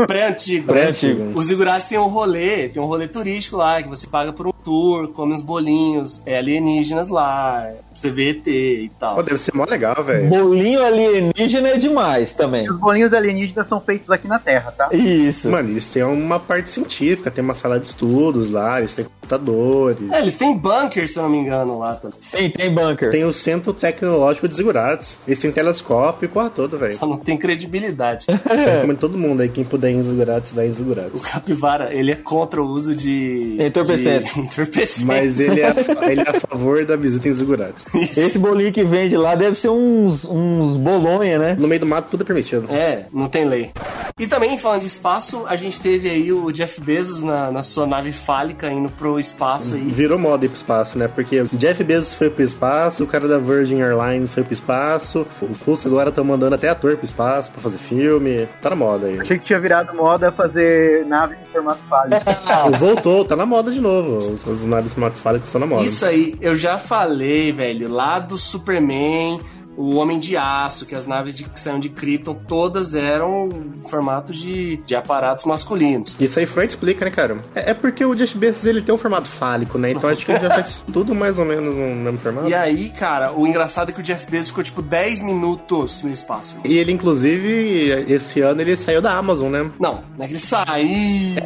[SPEAKER 2] Pré-antigo.
[SPEAKER 5] Pré-antigo.
[SPEAKER 2] Os Igurás tem um rolê, tem um rolê turístico lá, que você paga por um tour, come uns bolinhos, é alienígenas lá, você vê ET e
[SPEAKER 3] Pô,
[SPEAKER 2] tal.
[SPEAKER 3] deve ser mó legal, velho.
[SPEAKER 5] Bolinho alienígena é demais também.
[SPEAKER 4] Os bolinhos alienígenas são feitos aqui na Terra, tá?
[SPEAKER 5] Isso.
[SPEAKER 3] Mano, eles têm uma parte científica, tem uma sala de estudos lá, eles têm computadores.
[SPEAKER 2] É, eles têm bunker, se eu não me engano, lá também.
[SPEAKER 5] Sim, tem bunker.
[SPEAKER 3] Tem o Centro Tecnológico de Zigurates. Eles têm telescópio e porra toda, velho.
[SPEAKER 2] Só não tem credibilidade.
[SPEAKER 3] Recomendo todo mundo aí, quem puder ir em Zigurates, vai em Zigurates.
[SPEAKER 2] O capivara, ele é contra o uso de...
[SPEAKER 5] Entorpecentes.
[SPEAKER 2] de- *laughs* Entorpecentes.
[SPEAKER 3] Mas ele é, ele é a favor da visita em Zigurates.
[SPEAKER 5] Esse bolinho que vende lá deve ser uns, uns bolonha, né?
[SPEAKER 3] No meio do mato tudo é permitido.
[SPEAKER 2] É, não tem lei. E também, falando de espaço, a gente teve aí o Jeff Bezos na, na sua nave fálica indo pro espaço aí.
[SPEAKER 3] Virou moda ir pro espaço, né? Porque Jeff Bezos foi pro espaço, o cara da Virgin Airlines foi pro espaço, os russos agora estão mandando até ator pro espaço pra fazer filme. Tá na moda aí.
[SPEAKER 4] Achei que tinha virado moda fazer nave em formato fálico.
[SPEAKER 2] Ah.
[SPEAKER 3] Voltou, tá na moda de novo. Os- Os naves formatos fálicos estão na moda.
[SPEAKER 2] Isso aí, eu já falei, velho, lá do Superman, o Homem de Aço, que as naves de, que saíam de Krypton, todas eram formatos de, de aparatos masculinos.
[SPEAKER 3] Isso aí Freud explica, né, cara? É, é porque o Jeff Bezos ele tem um formato fálico, né? Então acho que ele já faz tudo mais ou menos no mesmo formato.
[SPEAKER 2] E aí, cara, o engraçado é que o Jeff Bezos ficou tipo 10 minutos no espaço.
[SPEAKER 3] E ele, inclusive, esse ano ele saiu da Amazon, né?
[SPEAKER 2] Não, não é que ele saiu.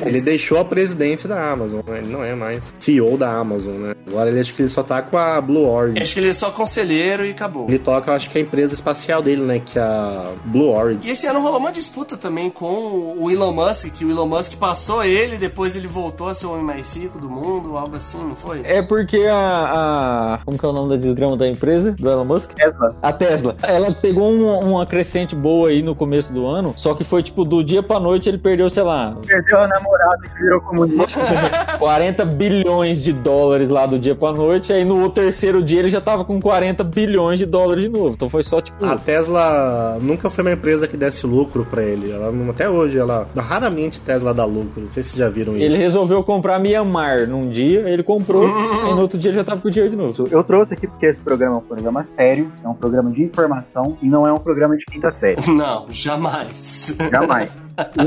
[SPEAKER 3] Ele deixou a presidência da Amazon, né? Ele não é mais CEO da Amazon, né? Agora ele acho que ele só tá com a Blue Origin.
[SPEAKER 2] Acho que ele é só conselheiro e acabou.
[SPEAKER 3] Ele toca, acho que a empresa espacial dele, né? Que é a Blue Origin.
[SPEAKER 2] E esse ano rolou uma disputa também com o Elon Musk, que o Elon Musk passou ele, depois ele voltou a ser o homem mais rico do mundo, algo assim, não foi?
[SPEAKER 5] É porque a, a- Como que é o nome da desgrama da empresa? Do Elon Musk?
[SPEAKER 4] Tesla.
[SPEAKER 5] A Tesla. Ela pegou uma, uma crescente boa aí no começo do ano, só que foi tipo do dia pra noite ele perdeu, sei lá,
[SPEAKER 4] Perdeu a namorada que virou
[SPEAKER 5] *laughs*
[SPEAKER 4] comunista.
[SPEAKER 5] 40 bilhões de dólares lá do dia pra noite, aí no terceiro dia ele já tava com 40 bilhões de dólares de novo. Então foi só tipo.
[SPEAKER 4] Ah,
[SPEAKER 3] A Tesla nunca foi uma empresa que desse lucro pra ele. Ela, não- até hoje, ela raramente Tesla dá lucro. Não sei se vocês já viram
[SPEAKER 5] Ele
[SPEAKER 3] isso.
[SPEAKER 5] resolveu comprar Mianmar num dia, ele
[SPEAKER 4] *laughs*
[SPEAKER 5] comprou, e no outro dia ele já tava com o dinheiro de novo.
[SPEAKER 4] *laughs* Eu trouxe aqui porque esse programa é um programa sério, é um programa de informação e não é um programa de quinta
[SPEAKER 8] *laughs*
[SPEAKER 4] série.
[SPEAKER 2] Não, jamais. *laughs*
[SPEAKER 4] Jamais.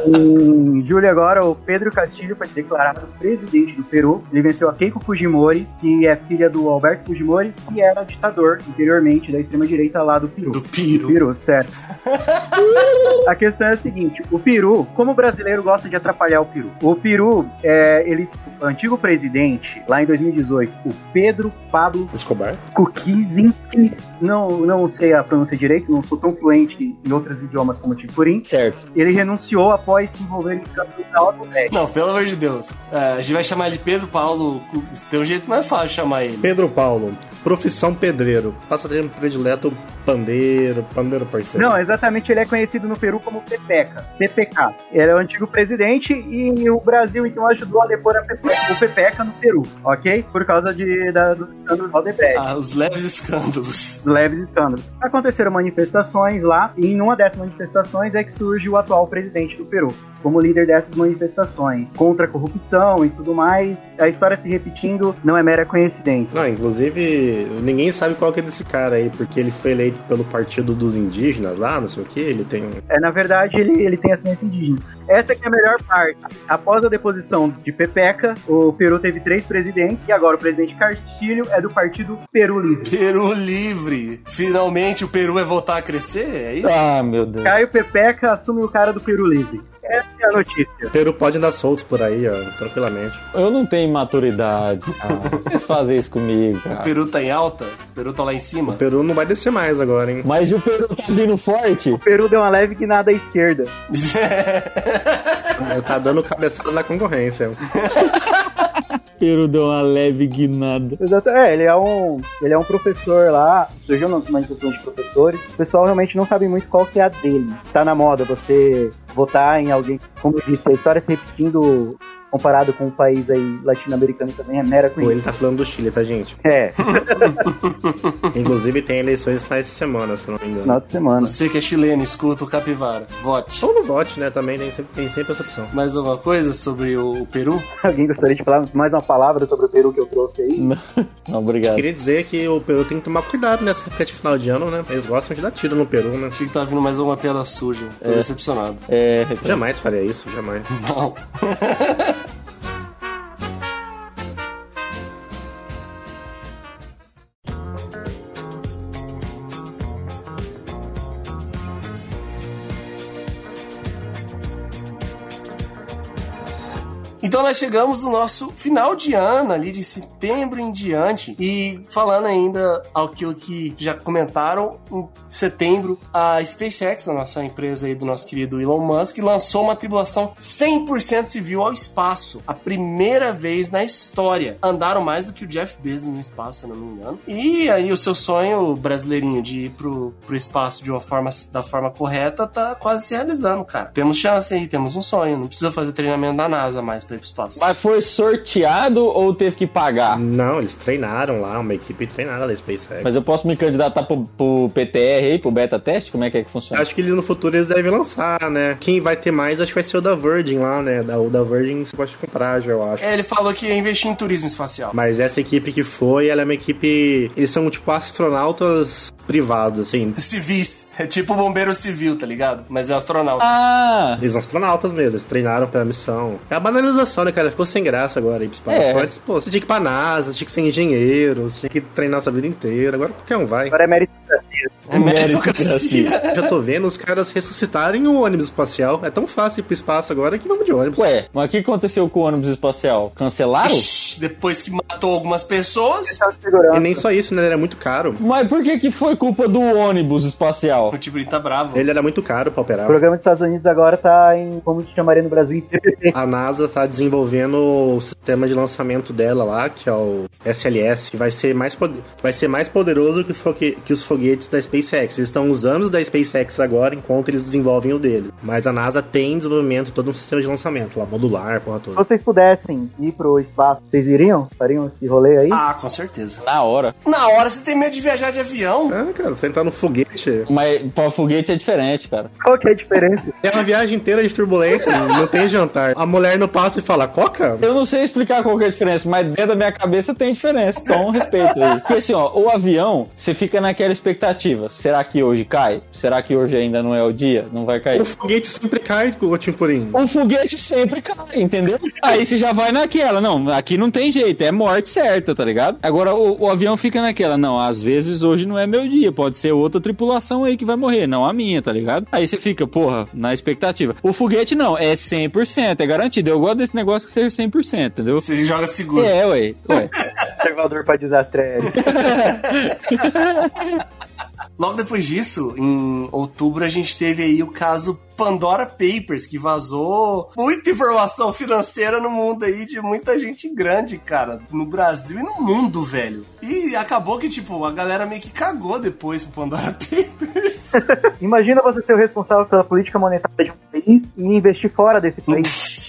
[SPEAKER 4] em julho agora, o Pedro Castilho foi declarado presidente do Peru. Ele venceu a Keiko Fujimori, que é filha do Alberto Fujimori, que era ditador anteriormente da extrema-direita lá do Peru.
[SPEAKER 2] Do Piro.
[SPEAKER 4] Peru, sério. a questão é a seguinte: o Peru, como o brasileiro gosta de atrapalhar o Peru? O Peru, é, ele, o antigo presidente, lá em 2018, o Pedro Pablo
[SPEAKER 3] Escobar.
[SPEAKER 4] Kukizinski. Não, não sei a pronúncia direito, não sou tão fluente em outros idiomas como o Tipurim.
[SPEAKER 5] Certo.
[SPEAKER 4] Ele renunciou após se envolver em escândalo da Autotec.
[SPEAKER 2] Não, pelo amor de Deus. É, a gente vai chamar ele de Pedro Paulo. Cu- Tem um jeito mais fácil de chamar ele.
[SPEAKER 3] Pedro Paulo, profissão pedreiro. Passatempo predileto, pandeiro, pandeiro parceiro.
[SPEAKER 4] Não, exatamente, ele é conhecido no Peru como Pepeca, PPK. Ele é o antigo presidente e o Brasil, então, ajudou a depor a Pepeca, o Pepeca no Peru, ok? Por causa de, da, dos escândalos Aldebrecht.
[SPEAKER 2] Ah, os leves escândalos.
[SPEAKER 4] leves escândalos. Aconteceram manifestações lá, e em uma dessas manifestações é que surge o atual presidente do Peru, como líder dessas manifestações, contra a corrupção e tudo mais. A história se repetindo não é mera coincidência.
[SPEAKER 3] Não, inclusive, ninguém sabe qual que é desse cara aí, porque ele foi eleito pelo Partido dos Indígenas lá, não sei o que, ele tem... um-
[SPEAKER 4] É, na verdade, ele, ele tem ascendência indígena. Essa que é a melhor parte. Após a deposição de Pepeca, o Peru teve três presidentes, e agora o presidente Castilho é do partido Peru Livre.
[SPEAKER 2] Peru livre. Finalmente o Peru vai voltar a crescer? É isso?
[SPEAKER 5] Ah, meu Deus.
[SPEAKER 4] Caio Pepeca assume o cara do Peru Livre. Essa é a notícia.
[SPEAKER 3] O Peru pode andar solto por aí, ó, tranquilamente.
[SPEAKER 5] Eu não tenho maturidade. *laughs* Cara. Vocês fazem isso comigo,
[SPEAKER 2] O
[SPEAKER 5] cara.
[SPEAKER 2] Peru tá em alta? O Peru tá lá em cima?
[SPEAKER 3] O Peru não vai descer mais agora, hein?
[SPEAKER 5] Mas o Peru tá vindo forte.
[SPEAKER 4] O Peru deu uma leve guinada à esquerda.
[SPEAKER 3] Tá dando cabeçada na concorrência.
[SPEAKER 5] O Peru deu uma leve guinada.
[SPEAKER 4] Exato. É, ele é um, ele é um professor lá, surgiu nas manifestações de professores. O pessoal realmente não sabe muito qual que é a dele. Tá na moda você votar em alguém, como eu disse, a história se repetindo comparado com o país aí latino-americano também é mera
[SPEAKER 3] Pô, ele
[SPEAKER 4] coincidência.
[SPEAKER 3] tá falando do Chile, tá, gente?
[SPEAKER 4] É,
[SPEAKER 3] Inclusive, tem eleições pra essa semana, se eu não me engano.
[SPEAKER 4] final de semana.
[SPEAKER 2] Você que é chileno, escuta o Capivara. Vote.
[SPEAKER 3] Ou no vote, né? Também tem sempre, tem sempre essa opção.
[SPEAKER 2] Mais alguma coisa sobre o Peru?
[SPEAKER 4] *laughs* Alguém gostaria de falar mais uma palavra sobre o Peru que eu trouxe aí?
[SPEAKER 5] Não, obrigado.
[SPEAKER 3] Queria dizer que o Peru tem que tomar cuidado nessa época de final de ano, né? Eles gostam de dar tiro no Peru, né?
[SPEAKER 2] Achei que tá vindo mais alguma piada suja. Tô decepcionado.
[SPEAKER 5] É,
[SPEAKER 3] Jamais faria isso, jamais.
[SPEAKER 2] Não. Então nós chegamos no nosso final de ano, ali de setembro em diante, e falando ainda aquilo que já comentaram, em setembro, a SpaceX, é? a nossa empresa aí do nosso querido Elon Musk, lançou uma tripulação 100% civil ao espaço. A primeira vez na história. Andaram mais do que o Jeff Bezos no espaço, se eu não me engano. E aí o seu sonho brasileirinho de ir pro, pro espaço de uma forma, da forma correta tá quase se realizando, cara. Temos chance aí, temos um sonho. Não precisa fazer treinamento da NASA mais pra ir pro espaço.
[SPEAKER 5] Mas foi sorteado ou teve que pagar?
[SPEAKER 3] Não, eles treinaram lá, uma equipe treinada da SpaceX.
[SPEAKER 5] Mas eu posso me candidatar pro, pro PTR aí, pro beta teste? Como é que é que funciona?
[SPEAKER 3] Acho que eles no futuro eles devem lançar, né? Quem vai ter mais, acho que vai ser o da Virgin lá, né? Da, o da Virgin você pode comprar, já, eu acho.
[SPEAKER 2] É, ele falou que ia investir em turismo espacial.
[SPEAKER 3] Mas essa equipe que foi, ela é uma equipe. Eles são tipo astronautas privados, assim.
[SPEAKER 2] Civis. É tipo bombeiro civil, tá ligado? Mas é astronauta.
[SPEAKER 5] Ah!
[SPEAKER 3] Eles são astronautas mesmo, eles treinaram pra missão. É a banalização, né, cara? Ficou sem graça agora ir pro espaço.
[SPEAKER 5] É.
[SPEAKER 3] Antes, pô, você tinha que ir pra NASA, tinha que ser engenheiro, você tinha que treinar essa vida inteira. Agora qualquer um vai.
[SPEAKER 4] Agora é meritocracia.
[SPEAKER 2] É meritocracia.
[SPEAKER 5] É.
[SPEAKER 3] Já tô vendo os caras ressuscitarem o ônibus espacial. É tão fácil ir pro espaço agora que vamos de ônibus.
[SPEAKER 5] Ué, mas o que aconteceu com o ônibus espacial? Cancelaram?
[SPEAKER 2] Ixi, Depois que matou algumas pessoas,
[SPEAKER 4] Tá segurando.
[SPEAKER 3] E nem só isso, né? Ele era muito caro.
[SPEAKER 5] Mas por que que foi culpa do ônibus espacial?
[SPEAKER 2] o Tiburi tá bravo.
[SPEAKER 3] Ele era muito caro pra operar.
[SPEAKER 4] O programa dos Estados Unidos agora tá em, como te chamaria no Brasil, em PPP.
[SPEAKER 3] A NASA tá desenvolvendo o sistema de lançamento dela lá, que é o SLS, que vai ser mais, pod- vai ser mais poderoso que os, foque- que os foguetes da SpaceX. Eles estão usando os da SpaceX agora, enquanto eles desenvolvem o dele. Mas a NASA tem desenvolvimento todo um sistema de lançamento lá, modular, porra
[SPEAKER 4] Se
[SPEAKER 3] toda.
[SPEAKER 4] vocês pudessem ir pro espaço, vocês iriam? Fariam esse rolê aí?
[SPEAKER 2] Ah, com certeza.
[SPEAKER 5] Na hora.
[SPEAKER 2] Na hora você tem medo de viajar de avião?
[SPEAKER 3] Ah, cara, você entrar no foguete.
[SPEAKER 5] Mas pra foguete é diferente, cara.
[SPEAKER 4] Qual que é a diferença?
[SPEAKER 3] É uma viagem inteira de *laughs* turbulência, não tem jantar. A mulher não passa e fala, Coca?
[SPEAKER 5] Eu não sei explicar qual que é a diferença, mas dentro da minha cabeça tem diferença. Então, respeito aí. Porque assim, ó, o avião, você fica naquela expectativa. Será que hoje cai? Será que hoje ainda não é o dia? Não vai
[SPEAKER 3] O
[SPEAKER 5] cair?
[SPEAKER 3] foguete sempre cai com o Timpurinho.
[SPEAKER 5] Um foguete sempre cai, entendeu? Aí você já vai naquela. Não, aqui não tem jeito, é morte certa, tá ligado? Agora o, o avião fica naquela. Não, às vezes hoje não é meu dia, pode ser outra tripulação aí que vai morrer, não a minha, tá ligado? Aí você fica, porra, na expectativa. O foguete não, é 100%, é garantido. Eu gosto desse negócio que seja 100%, entendeu?
[SPEAKER 2] Você joga seguro.
[SPEAKER 5] É, ué, ué.
[SPEAKER 4] *laughs* Observador pra desastre aéreo.
[SPEAKER 2] Logo depois disso, em outubro, a gente teve aí o caso Pandora Papers, que vazou muita informação financeira no mundo aí de muita gente grande, cara, no Brasil e no mundo, velho. E acabou que, tipo, a galera meio que cagou depois pro Pandora *laughs* Papers.
[SPEAKER 4] Imagina você ser o responsável pela política monetária de um país e investir fora desse país.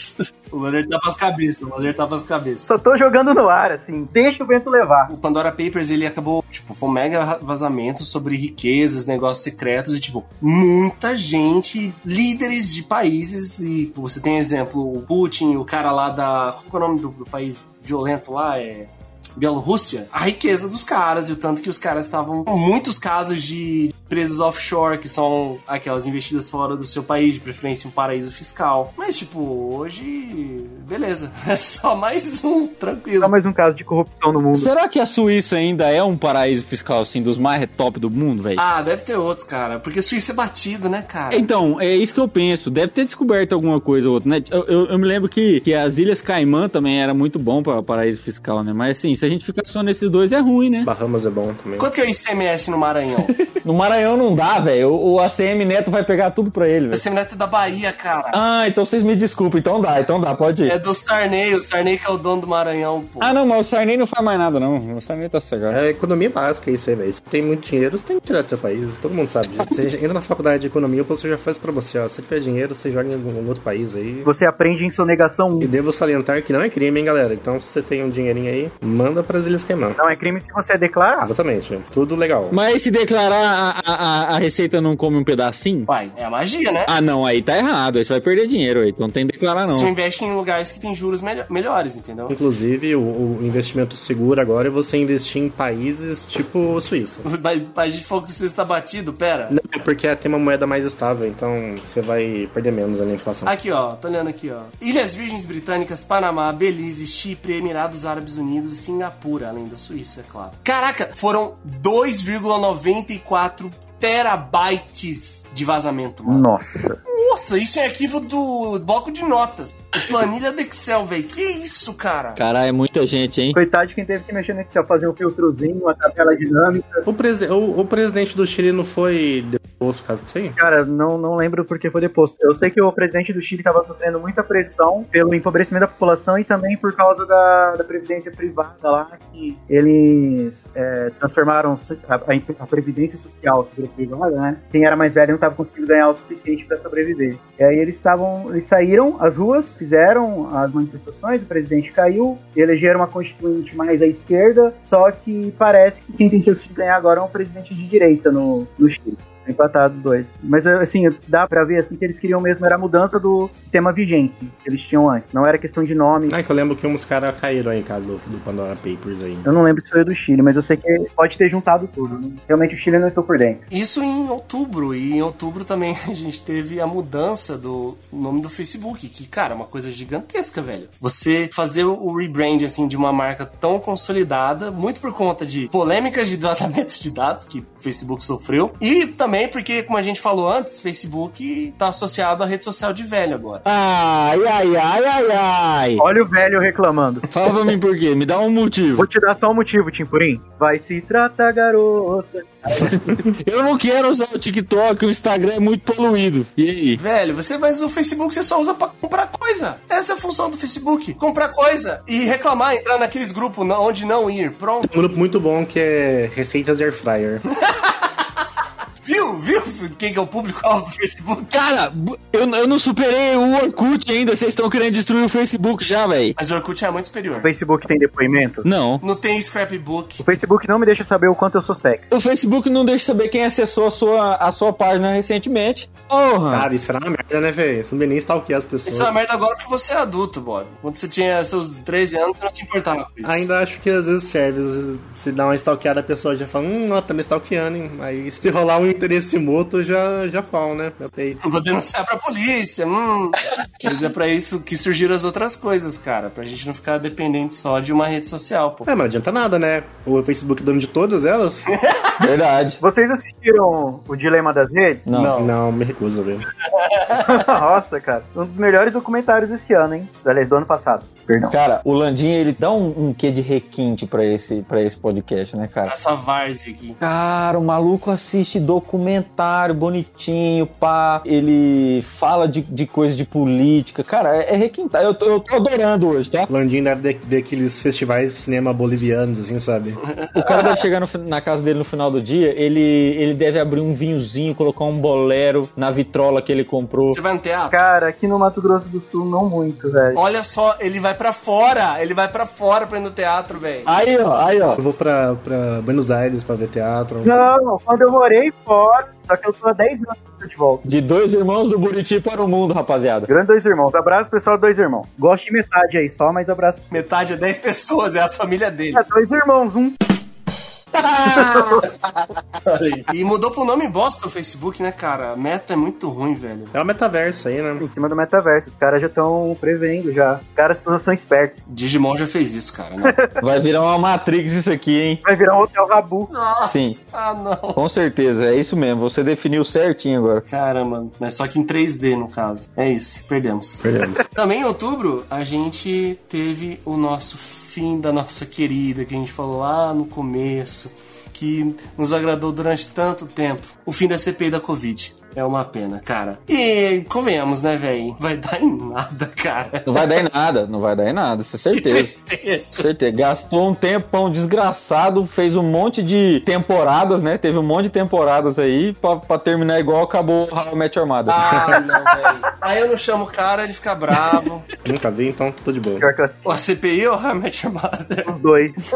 [SPEAKER 2] o Wander tapa as cabeças, o Wander tapa as cabeças.
[SPEAKER 4] Só tô jogando no ar, assim. Deixa o vento levar.
[SPEAKER 2] O Pandora Papers, ele acabou, tipo, foi um mega vazamento sobre riquezas, negócios secretos e, tipo, muita gente, líderes de países e pô, você tem exemplo, o Putin, o cara lá da... qual que é o nome do, do país violento lá? É... Bielorrússia, a riqueza dos caras e o tanto que os caras estavam. Muitos casos de empresas offshore, que são aquelas investidas fora do seu país, de preferência em um paraíso fiscal. Mas, tipo, hoje. Beleza. *laughs* É só mais um, tranquilo.
[SPEAKER 4] Só mais um caso de corrupção no
[SPEAKER 5] *laughs*
[SPEAKER 4] mundo.
[SPEAKER 5] Será que a Suíça ainda é um paraíso fiscal, assim, dos mais top do mundo, velho?
[SPEAKER 2] Ah, deve ter outros, cara. Porque Suíça é batido, né, cara?
[SPEAKER 5] Então, é isso que eu penso. Deve ter descoberto alguma coisa ou outra, né? Eu, eu- eu me lembro que, que as Ilhas Caimã também era muito bom para paraíso fiscal, né? Mas assim, se a gente ficar só nesses dois é ruim, né?
[SPEAKER 3] Bahamas é bom também.
[SPEAKER 2] Quanto que é o ICMS no Maranhão?
[SPEAKER 5] No Maranhão não dá, velho. O, o ACM Neto vai pegar tudo pra ele,
[SPEAKER 2] o
[SPEAKER 5] velho.
[SPEAKER 2] ICMS é da Bahia, cara.
[SPEAKER 5] Ah, então vocês me desculpem. Então dá, então dá, pode ir.
[SPEAKER 2] É do Sarney, o Sarney que é o dono do Maranhão, pô.
[SPEAKER 5] Ah, não, mas o Sarney não faz mais nada, não. O Sarney tá cegado.
[SPEAKER 3] É economia básica isso aí, velho. Se tem muito dinheiro, você tem que tirar do seu país. Todo mundo sabe disso. Você entra na faculdade de economia, o professor já faz pra você, ó. Se tiver dinheiro, você joga em algum outro país aí.
[SPEAKER 4] Você aprende em sonegação 1.
[SPEAKER 3] E devo salientar que não é crime, hein, galera. Então, se você tem um dinheirinho aí, manda pras Ilhas Caimã.
[SPEAKER 4] Não é crime se você declarar.
[SPEAKER 3] Exatamente. Tudo legal.
[SPEAKER 5] Mas se declarar a, a, a- a receita não come um pedacinho?
[SPEAKER 2] Pai, é a magia, né?
[SPEAKER 5] Ah, não, aí tá errado. Aí você vai perder dinheiro, aí. Então não tem que declarar,
[SPEAKER 2] Você
[SPEAKER 5] não.
[SPEAKER 2] investe em lugares que tem juros melho- melhores, entendeu?
[SPEAKER 3] Inclusive, o, o investimento seguro agora é você investir em países tipo Suíça.
[SPEAKER 2] Mas A gente falou que o Suíça tá batido, pera.
[SPEAKER 3] Não, é porque tem uma moeda mais estável, então você vai perder menos na inflação.
[SPEAKER 2] Aqui, ó, tô olhando aqui, ó. Ilhas Virgens Britânicas, Panamá, Belize, Chipre, Emirados Árabes Unidos e Singapura, além da Suíça, é claro. Caraca, foram 2,94 terabytes de vazamento, mano.
[SPEAKER 4] Nossa.
[SPEAKER 2] Nossa, isso é arquivo do bloco de notas. Planilha do Excel, velho. Que isso, cara?
[SPEAKER 5] Caralho, é muita gente, hein?
[SPEAKER 4] Coitado de quem teve que mexer no Excel, fazer um filtrozinho, uma tabela dinâmica.
[SPEAKER 3] O, presi- o- o presidente do Chile não foi deposto por causa disso aí?
[SPEAKER 4] Cara, não, não lembro porque foi deposto. Eu sei que o presidente do Chile estava sofrendo muita pressão pelo empobrecimento da população e também por causa da, da previdência privada lá, que eles é, transformaram a, a- a previdência social que virou privada, né? Quem era mais velho não estava conseguindo ganhar o suficiente para sobreviver. E aí eles estavam, eles saíram às ruas, fizeram as manifestações, o presidente caiu, elegeram uma constituinte mais à esquerda, só que parece que quem tem chance de ganhar agora é um presidente de direita no, no Chile. Empatados os dois. Mas assim, dá pra ver assim que eles queriam mesmo era a mudança do tema vigente que eles tinham antes. Não era questão de nome.
[SPEAKER 3] Ah, que eu lembro que uns caras caíram aí, cara, do, do Pandora Papers aí.
[SPEAKER 4] Eu não lembro se foi do Chile, mas eu sei que pode ter juntado tudo. né? Realmente o Chile eu não estou por dentro.
[SPEAKER 2] Isso em outubro, e em outubro também *laughs* a gente teve a mudança do nome do Facebook, que, cara, é uma coisa gigantesca, velho. Você fazer o rebrand, assim, de uma marca tão consolidada, muito por conta de polêmicas de vazamento de dados que o Facebook sofreu, e também porque, como a gente falou antes, Facebook tá associado à rede social de velho agora.
[SPEAKER 5] Ai, ai, ai, ai, ai.
[SPEAKER 4] Olha o velho reclamando.
[SPEAKER 5] Fala pra mim por quê, me dá um motivo.
[SPEAKER 4] Vou te dar só um motivo, Timpurim. Vai se tratar, garota.
[SPEAKER 5] Eu não quero usar o TikTok, o Instagram é muito poluído. E aí?
[SPEAKER 2] Velho, você mas o Facebook você só usa pra comprar coisa. Essa é a função do Facebook, comprar coisa e reclamar, entrar naqueles grupos na- onde não ir. Pronto.
[SPEAKER 3] Um grupo muito bom que é Receitas Air Fryer.
[SPEAKER 2] Viu? Viu quem que é o público-alvo do Facebook?
[SPEAKER 5] Cara, bu- eu, eu não superei o Orkut ainda, vocês estão querendo destruir o Facebook já, velho.
[SPEAKER 2] Mas o Orkut é muito superior.
[SPEAKER 4] O Facebook tem depoimento?
[SPEAKER 5] Não.
[SPEAKER 2] Não tem
[SPEAKER 4] O
[SPEAKER 2] scrapbook.
[SPEAKER 4] Facebook não me deixa saber o quanto eu sou sexy.
[SPEAKER 5] O Facebook não deixa saber quem acessou a sua, a sua página recentemente. Porra!
[SPEAKER 3] Cara, isso era uma merda, né, velho? Você não vê nem stalkear as pessoas.
[SPEAKER 2] Ah. Isso é uma merda agora porque você é adulto, Bob. Quando você tinha seus 13 anos, você não se importava com isso.
[SPEAKER 3] Ainda acho que às vezes serve. Às vezes, se dá uma stalkeada, a pessoa já fala, hum, ó, tá me stalkeando, hein? Aí se rolar um interesse mútuo, já, já pau, né? Já tem-
[SPEAKER 2] Vou denunciar pra polícia, hum. Mas é pra isso que surgiram as outras coisas, cara. Pra gente não ficar dependente só de uma rede social, pô.
[SPEAKER 3] É, mas não adianta nada, né? O Facebook é dono de todas elas?
[SPEAKER 5] Ah, Verdade.
[SPEAKER 4] Vocês assistiram o Dilema das Redes?
[SPEAKER 3] *laughs*
[SPEAKER 5] Não.
[SPEAKER 3] Não, me recuso, velho.
[SPEAKER 4] *laughs* Nossa, cara. Um dos melhores documentários desse ano, hein? Aliás, do ano passado. Perdão.
[SPEAKER 5] Cara, o Landinho, ele dá um, um quê de requinte pra esse, pra esse podcast, né, cara?
[SPEAKER 2] Essa várzea aqui.
[SPEAKER 5] Cara, o maluco assiste documentário bonitinho, pá. Ele fala de, de coisa de política. Cara, é, é requintado. Eu tô, eu tô adorando hoje, tá?
[SPEAKER 3] Landim deve ter daqueles festivais de cinema bolivianos, assim, sabe?
[SPEAKER 5] O cara deve chegar no fin- na casa dele no final do dia, ele, ele deve abrir um vinhozinho, colocar um bolero na vitrola que ele comprou.
[SPEAKER 2] Você vai no teatro?
[SPEAKER 4] Cara, aqui no Mato Grosso do Sul, não muito, velho.
[SPEAKER 2] Olha só, ele vai pra fora. Ele vai pra fora pra ir no teatro, velho.
[SPEAKER 5] Aí, ó, aí, ó.
[SPEAKER 3] Eu vou pra, pra Buenos Aires pra ver teatro.
[SPEAKER 4] Não, quando eu morei fora, só que eu tô há 10 anos de volta.
[SPEAKER 5] De dois irmãos do Buriti para o mundo, rapaziada.
[SPEAKER 4] Grande Dois Irmãos. Abraço, pessoal do Dois Irmãos. Gosto de metade aí só, mas abraço.
[SPEAKER 2] Metade é 10 pessoas, é a família dele.
[SPEAKER 4] É, dois irmãos, um.
[SPEAKER 2] E mudou pro nome bosta do Facebook, né, cara? A meta é muito ruim, velho.
[SPEAKER 3] É o metaverso aí, né?
[SPEAKER 4] Em cima do metaverso, os caras já estão prevendo já. Os caras não são espertos.
[SPEAKER 2] Digimon já fez isso, cara. né? Não.
[SPEAKER 5] Vai virar uma Matrix isso aqui, hein?
[SPEAKER 4] Vai virar um hotel Rabu.
[SPEAKER 5] Sim,
[SPEAKER 2] ah, não.
[SPEAKER 5] com certeza. É isso mesmo. Você definiu certinho agora.
[SPEAKER 2] Caramba, mas só que em 3D no caso. É isso, perdemos.
[SPEAKER 3] Perdemos.
[SPEAKER 2] Também em outubro, a gente teve o nosso fim da nossa querida, que a gente falou lá no começo, que nos agradou durante tanto tempo. O fim da CPI da Covid. É uma pena, cara. E convenhamos, né, velho? Vai dar em nada, *laughs* cara.
[SPEAKER 5] Não vai dar em nada, não vai dar em nada, isso é
[SPEAKER 2] Que
[SPEAKER 5] certeza.
[SPEAKER 2] tristeza.
[SPEAKER 5] Certeza. Gastou um tempão desgraçado, fez um monte de temporadas, né? Teve um monte de temporadas aí pra, pra terminar igual acabou How I Met Your Mother.
[SPEAKER 2] Ah, não, velho. Aí eu não chamo o cara, ele fica bravo.
[SPEAKER 3] Nunca vi, então tô de boa.
[SPEAKER 4] Pior que eu
[SPEAKER 2] Ou a CPI ou a Match Mother?
[SPEAKER 4] os dois.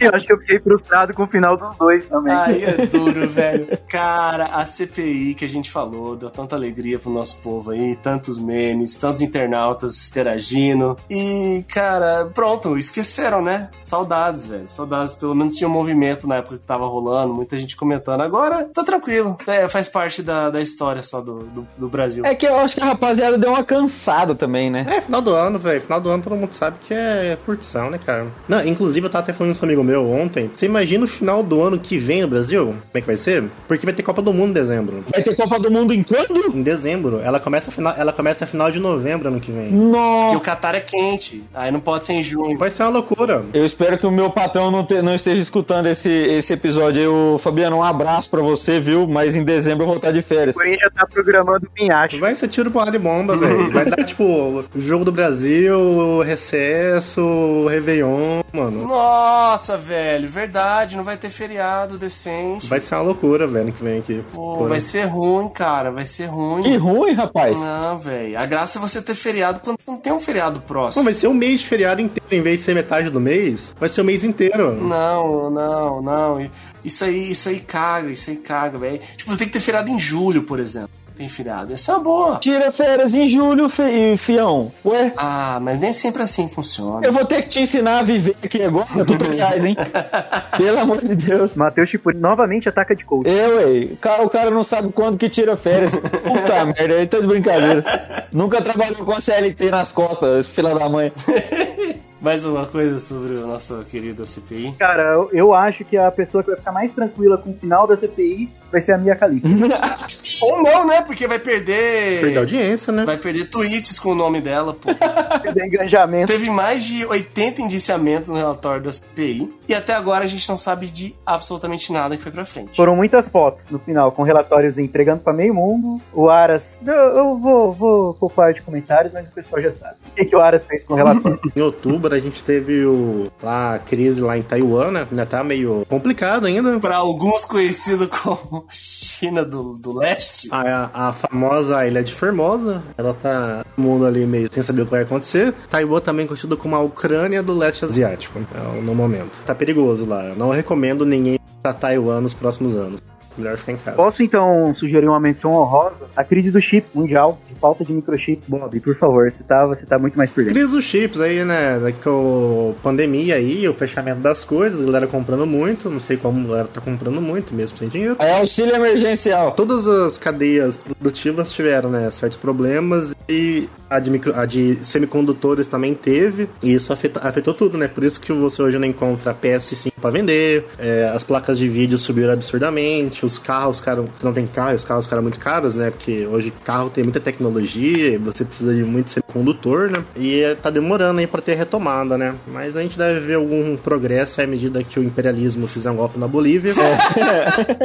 [SPEAKER 4] eu acho que eu fiquei frustrado com o final dos dois também.
[SPEAKER 2] Aí é duro, velho. Cara, a CPI que a gente falou deu tanta alegria pro nosso povo aí, tantos memes, tantos internautas interagindo. E, cara, pronto, esqueceram, né? Saudades, velho. Saudades. Pelo menos tinha um movimento na época que tava rolando, muita gente comentando. Agora, tá tranquilo. É, faz parte da, da história só do, do, do Brasil.
[SPEAKER 5] É que eu acho que a rapaziada deu uma cansada também, né?
[SPEAKER 3] É, final do ano, velho. Final do ano todo mundo sabe que é curtição, né, cara? Não, inclusive eu tava até falando isso com um amigo meu ontem. Você imagina o final do ano que vem no Brasil? Como é que vai ser? Porque vai ter Copa do Mundo em dezembro.
[SPEAKER 5] Vai ter
[SPEAKER 9] Copa do Mundo em quando?
[SPEAKER 3] Em dezembro. Ela começa a final, ela começa a final de novembro ano que vem.
[SPEAKER 2] Porque
[SPEAKER 9] Nossa.
[SPEAKER 2] o Qatar é quente. Aí não pode ser em junho.
[SPEAKER 3] Vai ser uma loucura.
[SPEAKER 5] Eu espero que o meu patrão não, te- não esteja escutando esse, esse episódio aí. Ô, Fabiano, um abraço pra você, viu? Mas em dezembro eu vou estar de férias.
[SPEAKER 4] O Corinthians já tá programando o Pinhacho.
[SPEAKER 3] Vai ser tiro, porrada e bomba, velho. Vai dar, tipo, jogo do Brasil, recesso, Réveillon, mano.
[SPEAKER 2] Nossa, velho, verdade, não vai ter feriado decente.
[SPEAKER 3] Vai ser uma loucura, velho, ano que vem aqui.
[SPEAKER 2] Pô,
[SPEAKER 3] Pô,
[SPEAKER 2] vai ser ruim, cara, vai ser ruim.
[SPEAKER 5] Que ruim, rapaz.
[SPEAKER 2] Não, velho. A graça é você ter feriado quando não tem um feriado
[SPEAKER 3] Não,
[SPEAKER 2] próximo.
[SPEAKER 3] vai ser um mês de feriado inteiro, em vez de ser metade do mês, vai ser o mês inteiro.
[SPEAKER 2] Não, não, não. I- Isso aí, isso aí caga, isso aí caga, velho. Tipo, você tem que ter feriado em julho, por exemplo. Tem feriado. Essa é uma boa.
[SPEAKER 5] Tira férias em julho, fi- fião. Ué,
[SPEAKER 2] Ah, mas nem sempre assim funciona.
[SPEAKER 5] eu vou ter que te ensinar a viver aqui agora, tutoriais, hein? Pelo amor de Deus.
[SPEAKER 4] Matheus Chipuri novamente ataca de coach.
[SPEAKER 5] Eu, ué, o cara, o cara não sabe quando que tira férias. Puta merda, ele tá de brincadeira. Nunca trabalhou com a CLT nas costas, fila da mãe.
[SPEAKER 2] Mais uma coisa sobre o nosso querido CPI.
[SPEAKER 4] Cara, eu, eu acho que a pessoa que vai ficar mais tranquila com o final da CPI vai ser a Mia Khalifa.
[SPEAKER 2] Ou não, né? Porque vai perder.
[SPEAKER 3] Perder audiência, né?
[SPEAKER 2] Vai perder tweets com o nome dela, *laughs* pô.
[SPEAKER 4] Do engajamento.
[SPEAKER 2] Teve mais de 80 indiciamentos no relatório da CPI e até agora a gente não sabe de absolutamente nada que foi pra frente.
[SPEAKER 4] Foram muitas fotos no final, com relatórios entregando pra meio mundo. O Aras. Eu, eu vou, vou poupar de comentários, mas o pessoal já sabe. O que, que o Aras fez com o relatório?
[SPEAKER 3] Em outubro a gente teve o, lá, a crise lá em Taiwan, né? Ainda tá meio complicado ainda.
[SPEAKER 2] Pra alguns conhecido como China do, do Leste,
[SPEAKER 3] A, a famosa Ilha de Formosa, ela tá todo mundo ali meio sem saber o que vai acontecer. Taiwan também é conhecida como a Ucrânia do leste asiático, então, no momento. Tá perigoso lá. Eu não recomendo ninguém ir pra Taiwan nos próximos anos. Melhor ficar em casa.
[SPEAKER 4] Posso então sugerir uma menção honrosa? A crise do chip mundial, de falta de microchip. Bob, por favor, você tá, você tá muito mais por dentro.
[SPEAKER 3] Crise dos chips aí, né? Com a pandemia aí, o fechamento das coisas, a galera comprando muito. Não sei como a galera tá comprando muito, mesmo sem dinheiro.
[SPEAKER 5] É auxílio emergencial.
[SPEAKER 3] Todas as cadeias produtivas tiveram, né, certos problemas e a de, micro- a de semicondutores também teve, e isso afeta- afetou tudo, né? Por isso que você hoje não encontra PS5 pra vender, é, as placas de vídeo subiram absurdamente, os carros, cara, não tem carro, os carros ficaram muito caros, né? Porque hoje carro tem muita tecnologia e você precisa de muito semicondutor, né? E é, tá demorando aí pra ter retomada, né? Mas a gente deve ver algum progresso aí à medida que o imperialismo fizer um golpe na Bolívia.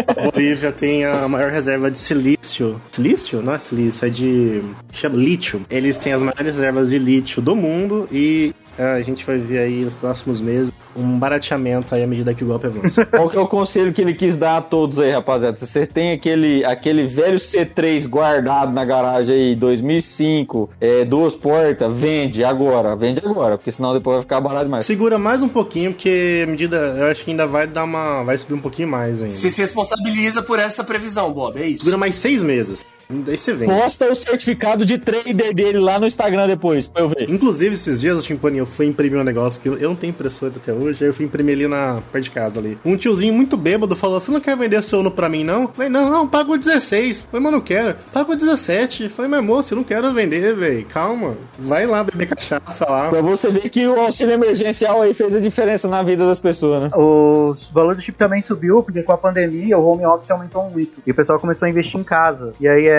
[SPEAKER 3] A Bolívia tem a maior reserva de silício. Silício? Não é silício, é de. chama lítio. Eles têm as maiores reservas de lítio do mundo e é, a gente vai ver aí nos próximos meses um barateamento aí à medida que o golpe
[SPEAKER 5] *laughs*
[SPEAKER 3] avança.
[SPEAKER 5] Qual que é o conselho que ele quis dar a todos aí, rapaziada? Se você tem aquele, aquele velho C3 guardado na garagem aí, 2005, é, duas portas, vende agora, vende agora, porque senão depois vai ficar barato demais.
[SPEAKER 3] Segura mais um pouquinho, porque à medida. Eu acho que ainda vai dar uma. vai subir um pouquinho mais ainda.
[SPEAKER 2] você se responsabiliza por essa previsão, Bob, é isso?
[SPEAKER 3] Segura mais seis meses. Daí você vem.
[SPEAKER 5] Posta o certificado de trader dele lá no Instagram depois, pra eu ver.
[SPEAKER 3] Inclusive, esses dias, o Timpani, eu fui imprimir um negócio que eu eu não tenho impressora até hoje, aí eu fui imprimir ali na perto de casa ali. Um tiozinho muito bêbado falou: Você não quer vender seu Uno pra mim, não? Falei, não, não, pago 16. Falei, mas não quero. Pago 17. Falei, mas moço, eu não quero vender, velho. Calma. Vai lá beber cachaça lá.
[SPEAKER 5] Pra você ver que o auxílio emergencial aí fez a diferença na vida das pessoas, né?
[SPEAKER 4] O valor do chip também subiu, porque com a pandemia o home office aumentou muito. E o pessoal começou a investir em casa. E aí é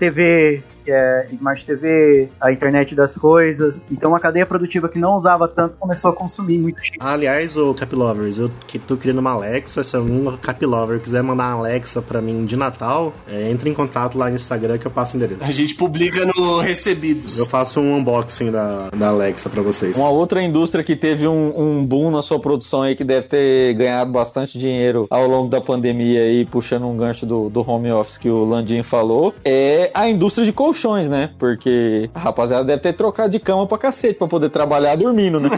[SPEAKER 4] TV, que é Smart TV, a internet das coisas. Então a cadeia produtiva que não usava tanto começou a consumir muito chip.
[SPEAKER 3] Aliás, ô Caplovers, eu que tô criando uma Alexa. Se algum Caplover quiser mandar uma Alexa pra mim de Natal, é, entre em contato lá no Instagram que eu passo o endereço.
[SPEAKER 2] A gente publica no Recebidos.
[SPEAKER 3] Eu faço um unboxing da, da Alexa pra vocês.
[SPEAKER 5] Uma outra indústria que teve um, um boom na sua produção aí, que deve ter ganhado bastante dinheiro ao longo da pandemia aí, puxando um gancho do, do home office que o Landim falou, é a indústria de colchões, né? Porque a rapaziada deve ter trocado de cama pra cacete pra poder trabalhar dormindo, *laughs* né?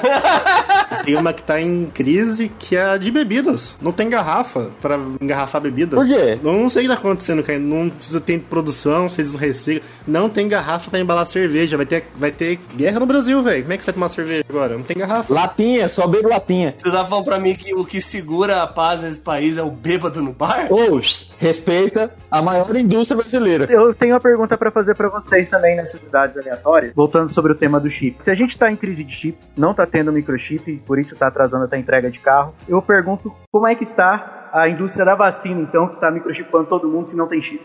[SPEAKER 3] Tem uma que tá em crise, que é a de bebidas. Não tem garrafa pra engarrafar bebidas.
[SPEAKER 5] Por quê?
[SPEAKER 3] Eu não sei o que tá acontecendo, cara. Não precisa- tem produção, vocês não reciclam. Não tem garrafa pra embalar cerveja. Vai ter, vai ter guerra no Brasil, velho. Como é que você vai tomar cerveja agora? Não tem garrafa.
[SPEAKER 5] Latinha, só bebo latinha.
[SPEAKER 2] Você tá falando pra mim que o que segura a paz nesse país é o bêbado no bar?
[SPEAKER 5] Ou, respeita a maior indústria brasileira.
[SPEAKER 4] Eu tenho uma pergunta pra fazer pra vocês também nessas idades aleatórias, voltando sobre o tema do chip. Se a gente tá em crise de chip, não tá tendo microchip, por isso tá atrasando até a entrega de carro, eu pergunto como é que está a indústria da vacina, então, que tá microchipando todo mundo se não tem chip.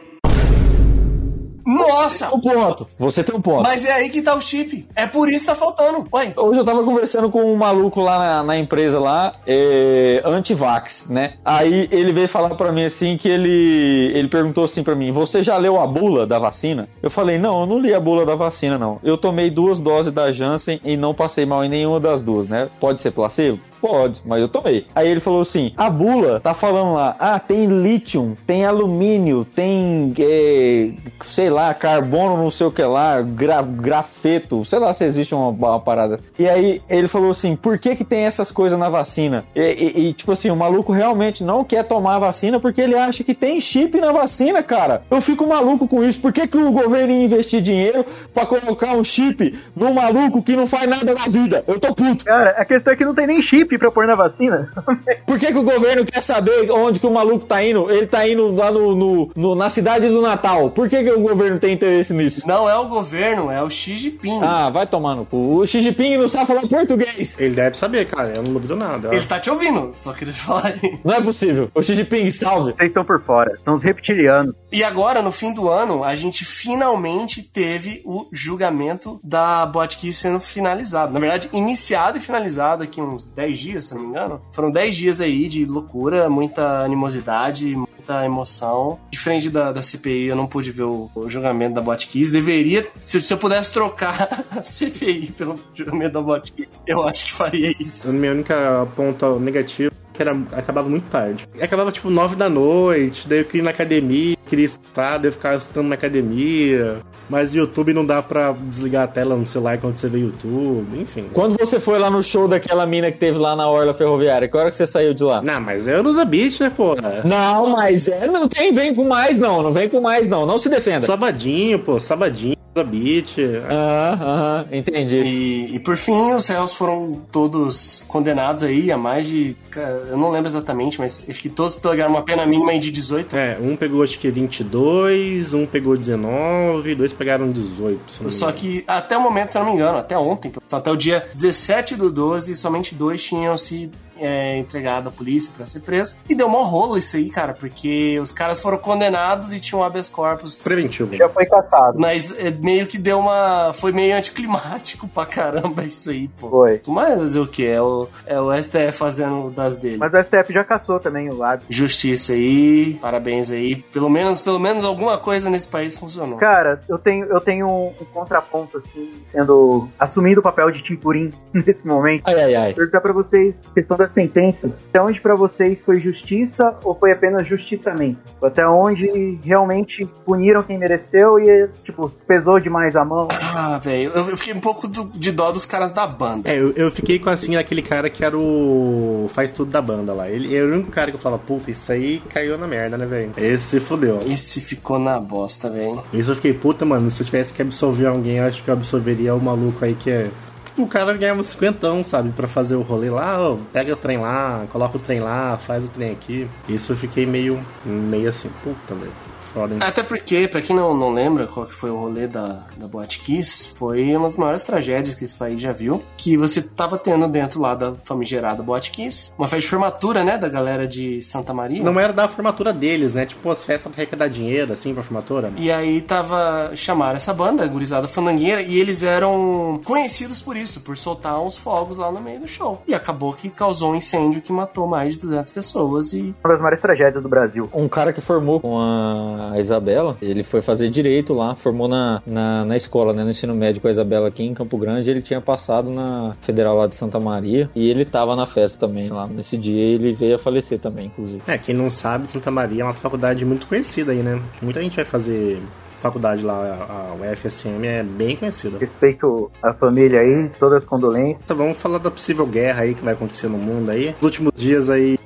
[SPEAKER 2] Nossa!
[SPEAKER 5] Um ponto. Você tem um ponto.
[SPEAKER 2] Mas é aí que tá o chip. É por isso que tá faltando. Ué,
[SPEAKER 5] Hoje eu tava conversando com um maluco lá na, na empresa lá, é, anti-vax, né? Aí ele veio falar pra mim assim que ele ele perguntou assim pra mim: "Você já leu a bula da vacina?" Eu falei: "Não, eu não li a bula da vacina não. Eu tomei duas doses da Janssen e não passei mal em nenhuma das duas, né? Pode ser placebo?" Pode, mas eu tomei. Aí ele falou assim: a bula tá falando lá, ah, tem lítio, tem alumínio, tem, é, sei lá, carbono, não sei o que lá, gra- grafeto, sei lá se existe uma, uma parada. E aí ele falou assim: por que que tem essas coisas na vacina? E, e- e, tipo assim, o maluco realmente não quer tomar a vacina porque ele acha que tem chip na vacina, cara. Eu fico maluco com isso. Por que que o governo ia investir dinheiro pra colocar um chip num maluco que não faz nada na vida? Eu tô puto.
[SPEAKER 4] Cara, a questão é que não tem nem chip pra pôr na vacina. *laughs*
[SPEAKER 5] Por que, que o governo quer saber onde que o maluco tá indo? Ele tá indo lá no, no- no- na cidade do Natal. Por que, que o governo tem interesse nisso?
[SPEAKER 2] não é o governo, é o Xi Jinping.
[SPEAKER 5] Ah, vai tomar no cu. O Xi Jinping não sabe falar português.
[SPEAKER 3] Ele deve saber, cara. Eu não duvido nada.
[SPEAKER 2] Ele tá te ouvindo, só queria te falar aí.
[SPEAKER 5] Não é possível. O Xi Jinping, salve.
[SPEAKER 4] Vocês estão por fora. São os reptilianos.
[SPEAKER 2] E agora, no fim do ano, a gente finalmente teve o julgamento da Botkiss sendo finalizado. Na verdade, iniciado e finalizado aqui uns 10 dias, se não me engano. Foram 10 dias aí de loucura, muita animosidade, muita emoção. Diferente da, da CPI, eu não pude ver o, o julgamento da Botkiss. Deveria, se, se eu pudesse trocar *laughs* a CPI pelo julgamento da Botkiss, eu acho que faria
[SPEAKER 3] A
[SPEAKER 2] isso.
[SPEAKER 3] minha única ponta negativa é que era, acabava muito tarde. E Acabava tipo 9 da noite, daí eu queria ir na academia, queria estudar, daí eu ficava estudando na academia. Mas o YouTube não dá pra desligar a tela no celular quando você vê YouTube, enfim.
[SPEAKER 5] Quando você foi lá no show daquela mina que teve lá na Orla Ferroviária, que hora que você saiu de lá?
[SPEAKER 3] Não, mas eu não da bicho, né, porra?
[SPEAKER 5] Não, mas é, não tem, vem com mais não, não vem com mais não, não se defenda.
[SPEAKER 3] Sabadinho, pô, sabadinho, da beat.
[SPEAKER 5] Aham, aham, entendi.
[SPEAKER 2] E, e por fim, os réus foram todos condenados aí a mais de. cara, Eu não lembro exatamente, mas acho que todos pegaram uma pena mínima aí de 18.
[SPEAKER 3] É, um pegou acho que 22, um pegou 19, dois pegaram 18. se não me
[SPEAKER 2] Só
[SPEAKER 3] engano.
[SPEAKER 2] que até o momento, se eu não me engano, até ontem, até o dia 17 do 12, somente dois tinham se é, entregado à polícia pra ser preso. E deu mó rolo isso aí, cara, porque os caras foram condenados e tinham um habeas corpus.
[SPEAKER 3] Preventivo.
[SPEAKER 4] Já foi caçado.
[SPEAKER 2] Mas é, meio que deu uma. Foi meio anticlimático pra caramba isso aí, pô.
[SPEAKER 4] Foi.
[SPEAKER 2] Mas fazer o que? É o, é o STF fazendo das dele.
[SPEAKER 4] Mas o STF já caçou também o lado.
[SPEAKER 2] Justiça aí, parabéns aí. Pelo menos, pelo menos alguma coisa nesse país funcionou.
[SPEAKER 4] Cara, eu tenho, eu tenho um, um contraponto, assim, sendo. assumindo o papel de Timpurim *laughs* nesse momento.
[SPEAKER 5] Ai, ai, ai.
[SPEAKER 4] Perguntar pra vocês, questão da sentença, até onde pra vocês foi justiça ou foi apenas justiçamento? Até onde realmente puniram quem mereceu e, tipo, pesou demais a mão?
[SPEAKER 2] Ah, velho, eu eu fiquei um pouco do- de dó dos caras da banda.
[SPEAKER 3] É, eu, eu fiquei com assim aquele cara que era o. faz tudo da banda lá. Ele era o único cara que eu falava, puta, isso aí caiu na merda, né, velho? Esse fudeu.
[SPEAKER 2] Esse ficou na bosta, velho.
[SPEAKER 3] Isso eu fiquei, puta, mano, se eu tivesse que absolver alguém, eu acho que eu absolveria o maluco aí que é. Tipo, o cara ganhava uns cinquentão, sabe? Pra fazer o rolê lá, ó, pega o trem lá, coloca o trem lá, faz o trem aqui. Isso eu fiquei meio. meio assim, puta, velho. Foda,
[SPEAKER 8] Ah,
[SPEAKER 3] hein?
[SPEAKER 2] Até porque, pra quem não, não lembra qual que foi o rolê da, da Boate Kiss, foi uma das maiores tragédias que esse país já viu, que você tava tendo dentro lá da famigerada Boate Kiss, uma festa de formatura, né, da galera de Santa Maria.
[SPEAKER 3] Não era da formatura deles, né? Tipo, as festas pra arrecadar dinheiro, assim, pra formatura.
[SPEAKER 2] E aí tava. chamaram essa banda, a gurizada fandangueira, e eles eram conhecidos por isso, por soltar uns fogos lá no meio do show. E acabou que causou um incêndio que matou mais de 200 pessoas e.
[SPEAKER 4] Uma das maiores tragédias do Brasil.
[SPEAKER 5] Um cara que formou com a Isabela, ele foi fazer direito lá, formou na, na, na escola, né, no ensino médio com a Isabela aqui em Campo Grande. Ele tinha passado na Federal lá de Santa Maria e ele tava na festa também lá. Nesse dia ele veio a falecer também, inclusive.
[SPEAKER 3] É, quem não sabe, Santa Maria é uma faculdade muito conhecida aí, né? Muita gente vai fazer faculdade lá, a a UFSM é bem conhecida.
[SPEAKER 4] Respeito à família aí, todas as condolências.
[SPEAKER 3] Então vamos falar da possível guerra aí que vai acontecer no mundo aí. Nos últimos dias aí,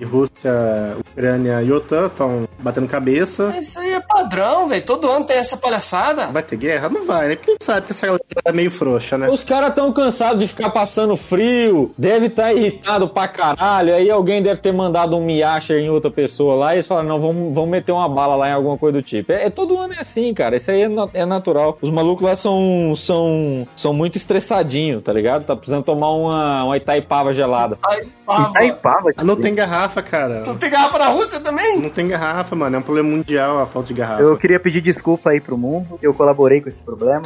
[SPEAKER 3] Rússia, Ucrânia e OTAN estão batendo cabeça.
[SPEAKER 2] Mas Isso aí é padrão, velho. Todo ano tem essa palhaçada.
[SPEAKER 3] Vai ter guerra? Não vai, né? Porque a gente sabe que essa galera é meio frouxa, né?
[SPEAKER 5] Os caras tão cansados de ficar passando frio, deve estar irritado pra caralho. Aí alguém deve ter mandado um miacha em outra pessoa lá e eles falaram: não, vamos, vamos meter uma bala lá em alguma coisa do tipo. É, é- todo ano é assim, cara. Isso aí é, na- é natural. Os malucos lá são, são, são muito estressadinhos, tá ligado? Tá precisando tomar uma, uma Itaipava gelada.
[SPEAKER 2] Aí, pava.
[SPEAKER 4] Itaipava,
[SPEAKER 3] Ah, Não tem garrafa, cara.
[SPEAKER 2] Não tem garrafa na Rússia também?
[SPEAKER 3] Não tem garrafa, mano. É um problema mundial a falta de garrafa.
[SPEAKER 4] Eu queria pedir desculpa aí pro mundo, que eu colaborei com esse problema.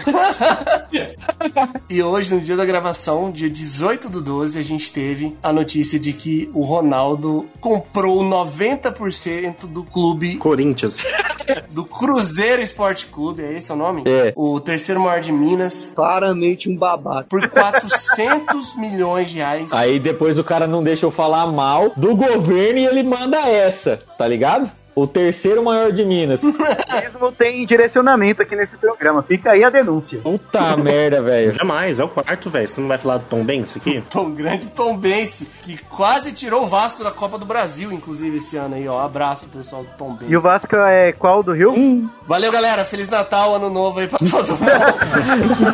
[SPEAKER 2] E hoje, no dia da gravação, dia 18 do 12, a gente teve a notícia de que o Ronaldo comprou 90% do clube,
[SPEAKER 3] Corinthians.
[SPEAKER 2] do Cruzeiro Esporte Clube, é esse o nome?
[SPEAKER 5] É.
[SPEAKER 2] O terceiro maior de Minas,
[SPEAKER 9] Claramente um babaca.
[SPEAKER 2] por 400 *laughs* milhões de reais.
[SPEAKER 5] Aí depois o cara não deixa eu falar mal do governo e ele manda essa, tá ligado? O terceiro maior de Minas.
[SPEAKER 4] Eles não têm direcionamento aqui nesse programa. Fica aí a denúncia.
[SPEAKER 5] Puta merda, velho.
[SPEAKER 3] Jamais, é o quarto, velho. Você não vai falar do Tom Benz aqui?
[SPEAKER 2] Tom Grande Tom Bense, que quase tirou o Vasco da Copa do Brasil, inclusive, esse ano aí, ó. Abraço, pessoal do Tom Bense.
[SPEAKER 4] E o Vasco é qual do Rio?
[SPEAKER 2] Valeu, galera. Feliz Natal, ano novo aí pra todo mundo.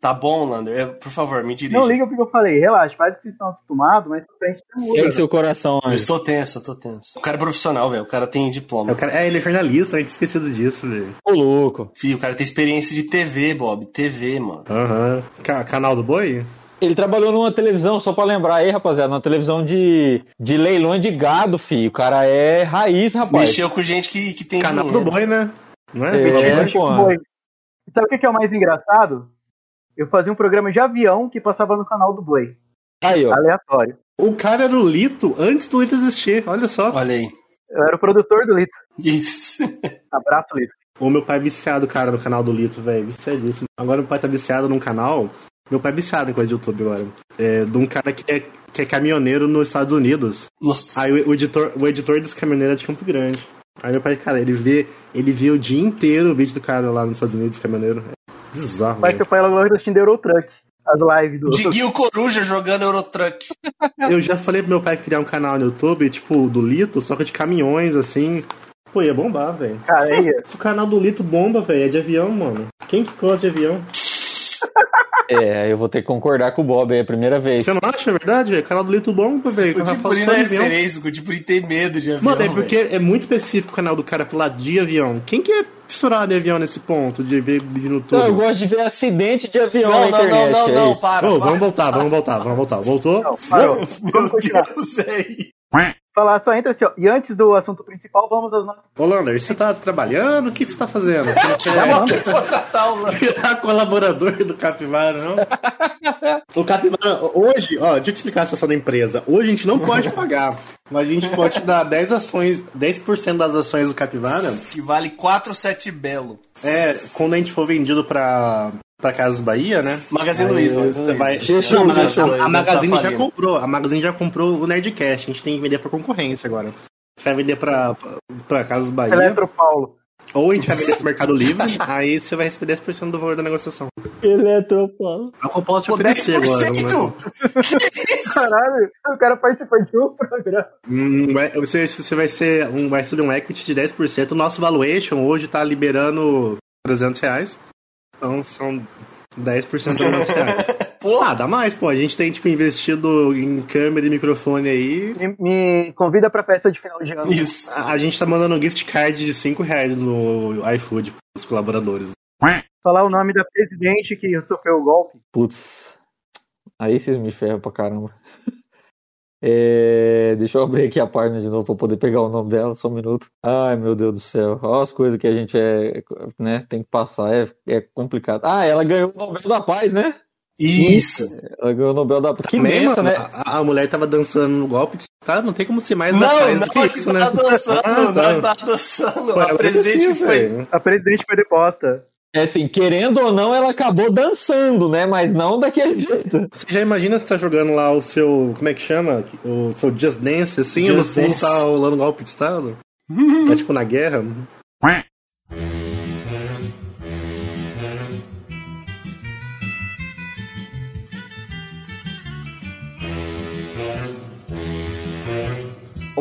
[SPEAKER 2] Tá bom, Lander. Eu- Por favor, me dirija.
[SPEAKER 4] Não liga porque eu falei, relaxa, faz o que vocês estão acostumados, mas pra um frente você muda.
[SPEAKER 5] Segue seu coração,
[SPEAKER 2] Eu
[SPEAKER 5] anjo.
[SPEAKER 2] estou tenso, eu tô tenso. O cara é profissional, velho. O cara tem
[SPEAKER 3] É, o
[SPEAKER 2] diploma.
[SPEAKER 3] cara- é, ele é jornalista, a gente esquecido disso, velho.
[SPEAKER 5] Ô, louco.
[SPEAKER 2] Filho, o cara tem experiência de TV, Bob. TV, mano.
[SPEAKER 3] Aham. Ca- canal do Boi?
[SPEAKER 5] Ele trabalhou numa televisão, só pra lembrar aí, rapaziada, numa televisão de, de leilões de gado, filho. O cara é raiz, rapaz.
[SPEAKER 2] Mexeu com gente que, que tem
[SPEAKER 3] Canal do
[SPEAKER 2] dinheiro.
[SPEAKER 3] Boi, né? Não é?
[SPEAKER 5] É, pô.
[SPEAKER 4] Foi. E Sabe o que que é o mais engraçado? Eu fazia um programa de avião que passava no canal do Boi.
[SPEAKER 5] Aí, ó.
[SPEAKER 4] Aleatório.
[SPEAKER 3] O cara era o Lito antes do Lito existir, olha só.
[SPEAKER 2] Olha aí.
[SPEAKER 4] Eu era o produtor do Lito.
[SPEAKER 2] Isso.
[SPEAKER 4] Abraço, Lito.
[SPEAKER 3] O meu pai é viciado, cara, no canal do Lito, velho. Viciadíssimo. Agora meu pai tá viciado num canal. Meu pai é viciado em coisa de YouTube agora. É, de um cara que é, que é caminhoneiro nos Estados Unidos.
[SPEAKER 2] Nossa.
[SPEAKER 3] Aí o, o editor, o editor desse caminhoneiro é de Campo Grande. Aí meu pai, cara, ele vê, ele vê o dia inteiro o vídeo do cara lá nos Estados Unidos, caminhoneiro. É bizarro,
[SPEAKER 4] Mas
[SPEAKER 3] velho.
[SPEAKER 4] que eu falei logo do Tinder Truck. As lives
[SPEAKER 2] *laughs*
[SPEAKER 4] do.
[SPEAKER 2] Diguinho Coruja jogando Eurotruck.
[SPEAKER 3] Eu já falei pro meu pai criar um canal no YouTube, tipo, do Lito, só que de caminhões, assim. Pô, ia bombar, velho.
[SPEAKER 4] Cara, aí,
[SPEAKER 3] Se o canal do Lito bomba, velho, é de avião, mano. Quem que gosta de avião?
[SPEAKER 5] É, eu vou ter que concordar com o Bob aí, é a primeira vez.
[SPEAKER 3] Você não acha, é verdade, velho? O canal do Lito bomba, velho.
[SPEAKER 2] O
[SPEAKER 3] O Rafael
[SPEAKER 2] Tiburinho
[SPEAKER 3] só
[SPEAKER 2] não é
[SPEAKER 3] de avião.
[SPEAKER 2] referência, o Tiburinho tem medo de avião.
[SPEAKER 3] Mano, é
[SPEAKER 2] velho.
[SPEAKER 3] porque é muito específico o canal do cara falar de avião. Quem que é fissurado em avião nesse ponto, de ver vídeo no YouTube?
[SPEAKER 5] Não, eu gosto de ver acidente de avião
[SPEAKER 2] Não, não,
[SPEAKER 5] na
[SPEAKER 2] não,
[SPEAKER 5] internet.
[SPEAKER 2] não,
[SPEAKER 5] é
[SPEAKER 2] não,
[SPEAKER 5] isso.
[SPEAKER 2] para.
[SPEAKER 3] Ô,
[SPEAKER 2] para.
[SPEAKER 3] vamos voltar, vamos voltar, vamos voltar. Voltou?
[SPEAKER 4] não, parou. Vamos
[SPEAKER 2] Meu *laughs*
[SPEAKER 4] continuar.
[SPEAKER 2] Deus, velho.
[SPEAKER 4] Falar só entra assim, ó. E antes do assunto principal, vamos aos nossos.
[SPEAKER 3] Ô, Lander, você tá trabalhando? O que você tá
[SPEAKER 5] *laughs*
[SPEAKER 3] fazendo? Você
[SPEAKER 2] Vamos
[SPEAKER 3] não quer
[SPEAKER 2] ter que contratar o Lan-
[SPEAKER 3] virar colaborador do Capivara, não? *laughs* o Capivara, hoje, ó, deixa eu te explicar a situação da empresa. Hoje a gente não pode pagar, mas a gente pode te dar 10 ações, 10% das ações do Capivara.
[SPEAKER 2] que vale 4, 7 belo.
[SPEAKER 3] É, quando a gente for vendido pra, pra Casas Bahia, né? Então
[SPEAKER 2] Magazine
[SPEAKER 3] Aí
[SPEAKER 2] Luiza, Magazine
[SPEAKER 3] Você
[SPEAKER 2] Luiza.
[SPEAKER 3] vai...
[SPEAKER 5] Jejum,
[SPEAKER 3] Não, a-
[SPEAKER 5] jejum.
[SPEAKER 3] a, a
[SPEAKER 2] Tá
[SPEAKER 3] Magazine já
[SPEAKER 2] falindo.
[SPEAKER 3] comprou. A Magazine já comprou o Nerdcast. A gente tem que vender pra concorrência agora. A gente vai vender pra, pra, pra Casas Bahia.
[SPEAKER 4] Eletro Paulo.
[SPEAKER 3] Ou a gente vai vender pro Mercado Livre. aí você vai receber 10% do valor da negociação.
[SPEAKER 5] Eletropaulo.
[SPEAKER 3] É o que eu posso te
[SPEAKER 2] Pô,
[SPEAKER 3] oferecer agora.
[SPEAKER 2] 10%?
[SPEAKER 3] né?
[SPEAKER 4] Caralho, o cara participou de um programa.
[SPEAKER 3] Hum, vai- você, você vai ser um, vai ser um equity de 10%. O nosso valuation hoje tá liberando 300 reais. Então são 10% de 300
[SPEAKER 2] *laughs*
[SPEAKER 3] reais.
[SPEAKER 2] Porra.
[SPEAKER 3] Ah, dá mais, pô. A gente tem, tipo, investido em câmera e microfone aí.
[SPEAKER 4] Me, me convida pra festa de final de ano.
[SPEAKER 2] Isso.
[SPEAKER 3] A, a gente tá mandando um gift card de 5 reais no iFood pros colaboradores.
[SPEAKER 4] Falar o nome da presidente que sofreu o golpe.
[SPEAKER 5] Putz. Aí vocês me ferram pra caramba. *laughs* É, deixa eu abrir aqui a página de novo pra eu poder pegar o nome dela, só um minuto. Ai, meu Deus do céu. Olha as coisas que a gente é, né, tem que passar, é, é complicado. Ah, ela ganhou o Nobel da Paz, né?
[SPEAKER 2] Isso.
[SPEAKER 5] Ela ganhou o Nobel da Paz. Que
[SPEAKER 3] Também,
[SPEAKER 5] benção,
[SPEAKER 3] mano,
[SPEAKER 5] né?
[SPEAKER 3] A, a mulher tava dançando no golpe. Cara, não tem como ser mais
[SPEAKER 2] Não,
[SPEAKER 3] atrás do
[SPEAKER 2] não,
[SPEAKER 3] que
[SPEAKER 2] que não tá dançando,
[SPEAKER 3] *laughs* Ah,
[SPEAKER 2] não
[SPEAKER 3] tá.
[SPEAKER 2] tá dançando.
[SPEAKER 3] Pô,
[SPEAKER 2] a
[SPEAKER 3] ela
[SPEAKER 2] presidente
[SPEAKER 3] merecia,
[SPEAKER 2] foi.
[SPEAKER 3] velho.
[SPEAKER 4] A presidente foi deposta.
[SPEAKER 5] É assim, querendo ou não, ela acabou dançando, né? Mas não daquele *laughs* jeito.
[SPEAKER 3] Você já imagina você tá jogando lá o seu. Como é que chama? O seu Just Dance, assim, e no
[SPEAKER 2] Just
[SPEAKER 3] fundo
[SPEAKER 2] Dance.
[SPEAKER 3] tá rolando golpe
[SPEAKER 2] *laughs*
[SPEAKER 3] de Estado? Tá tipo na guerra?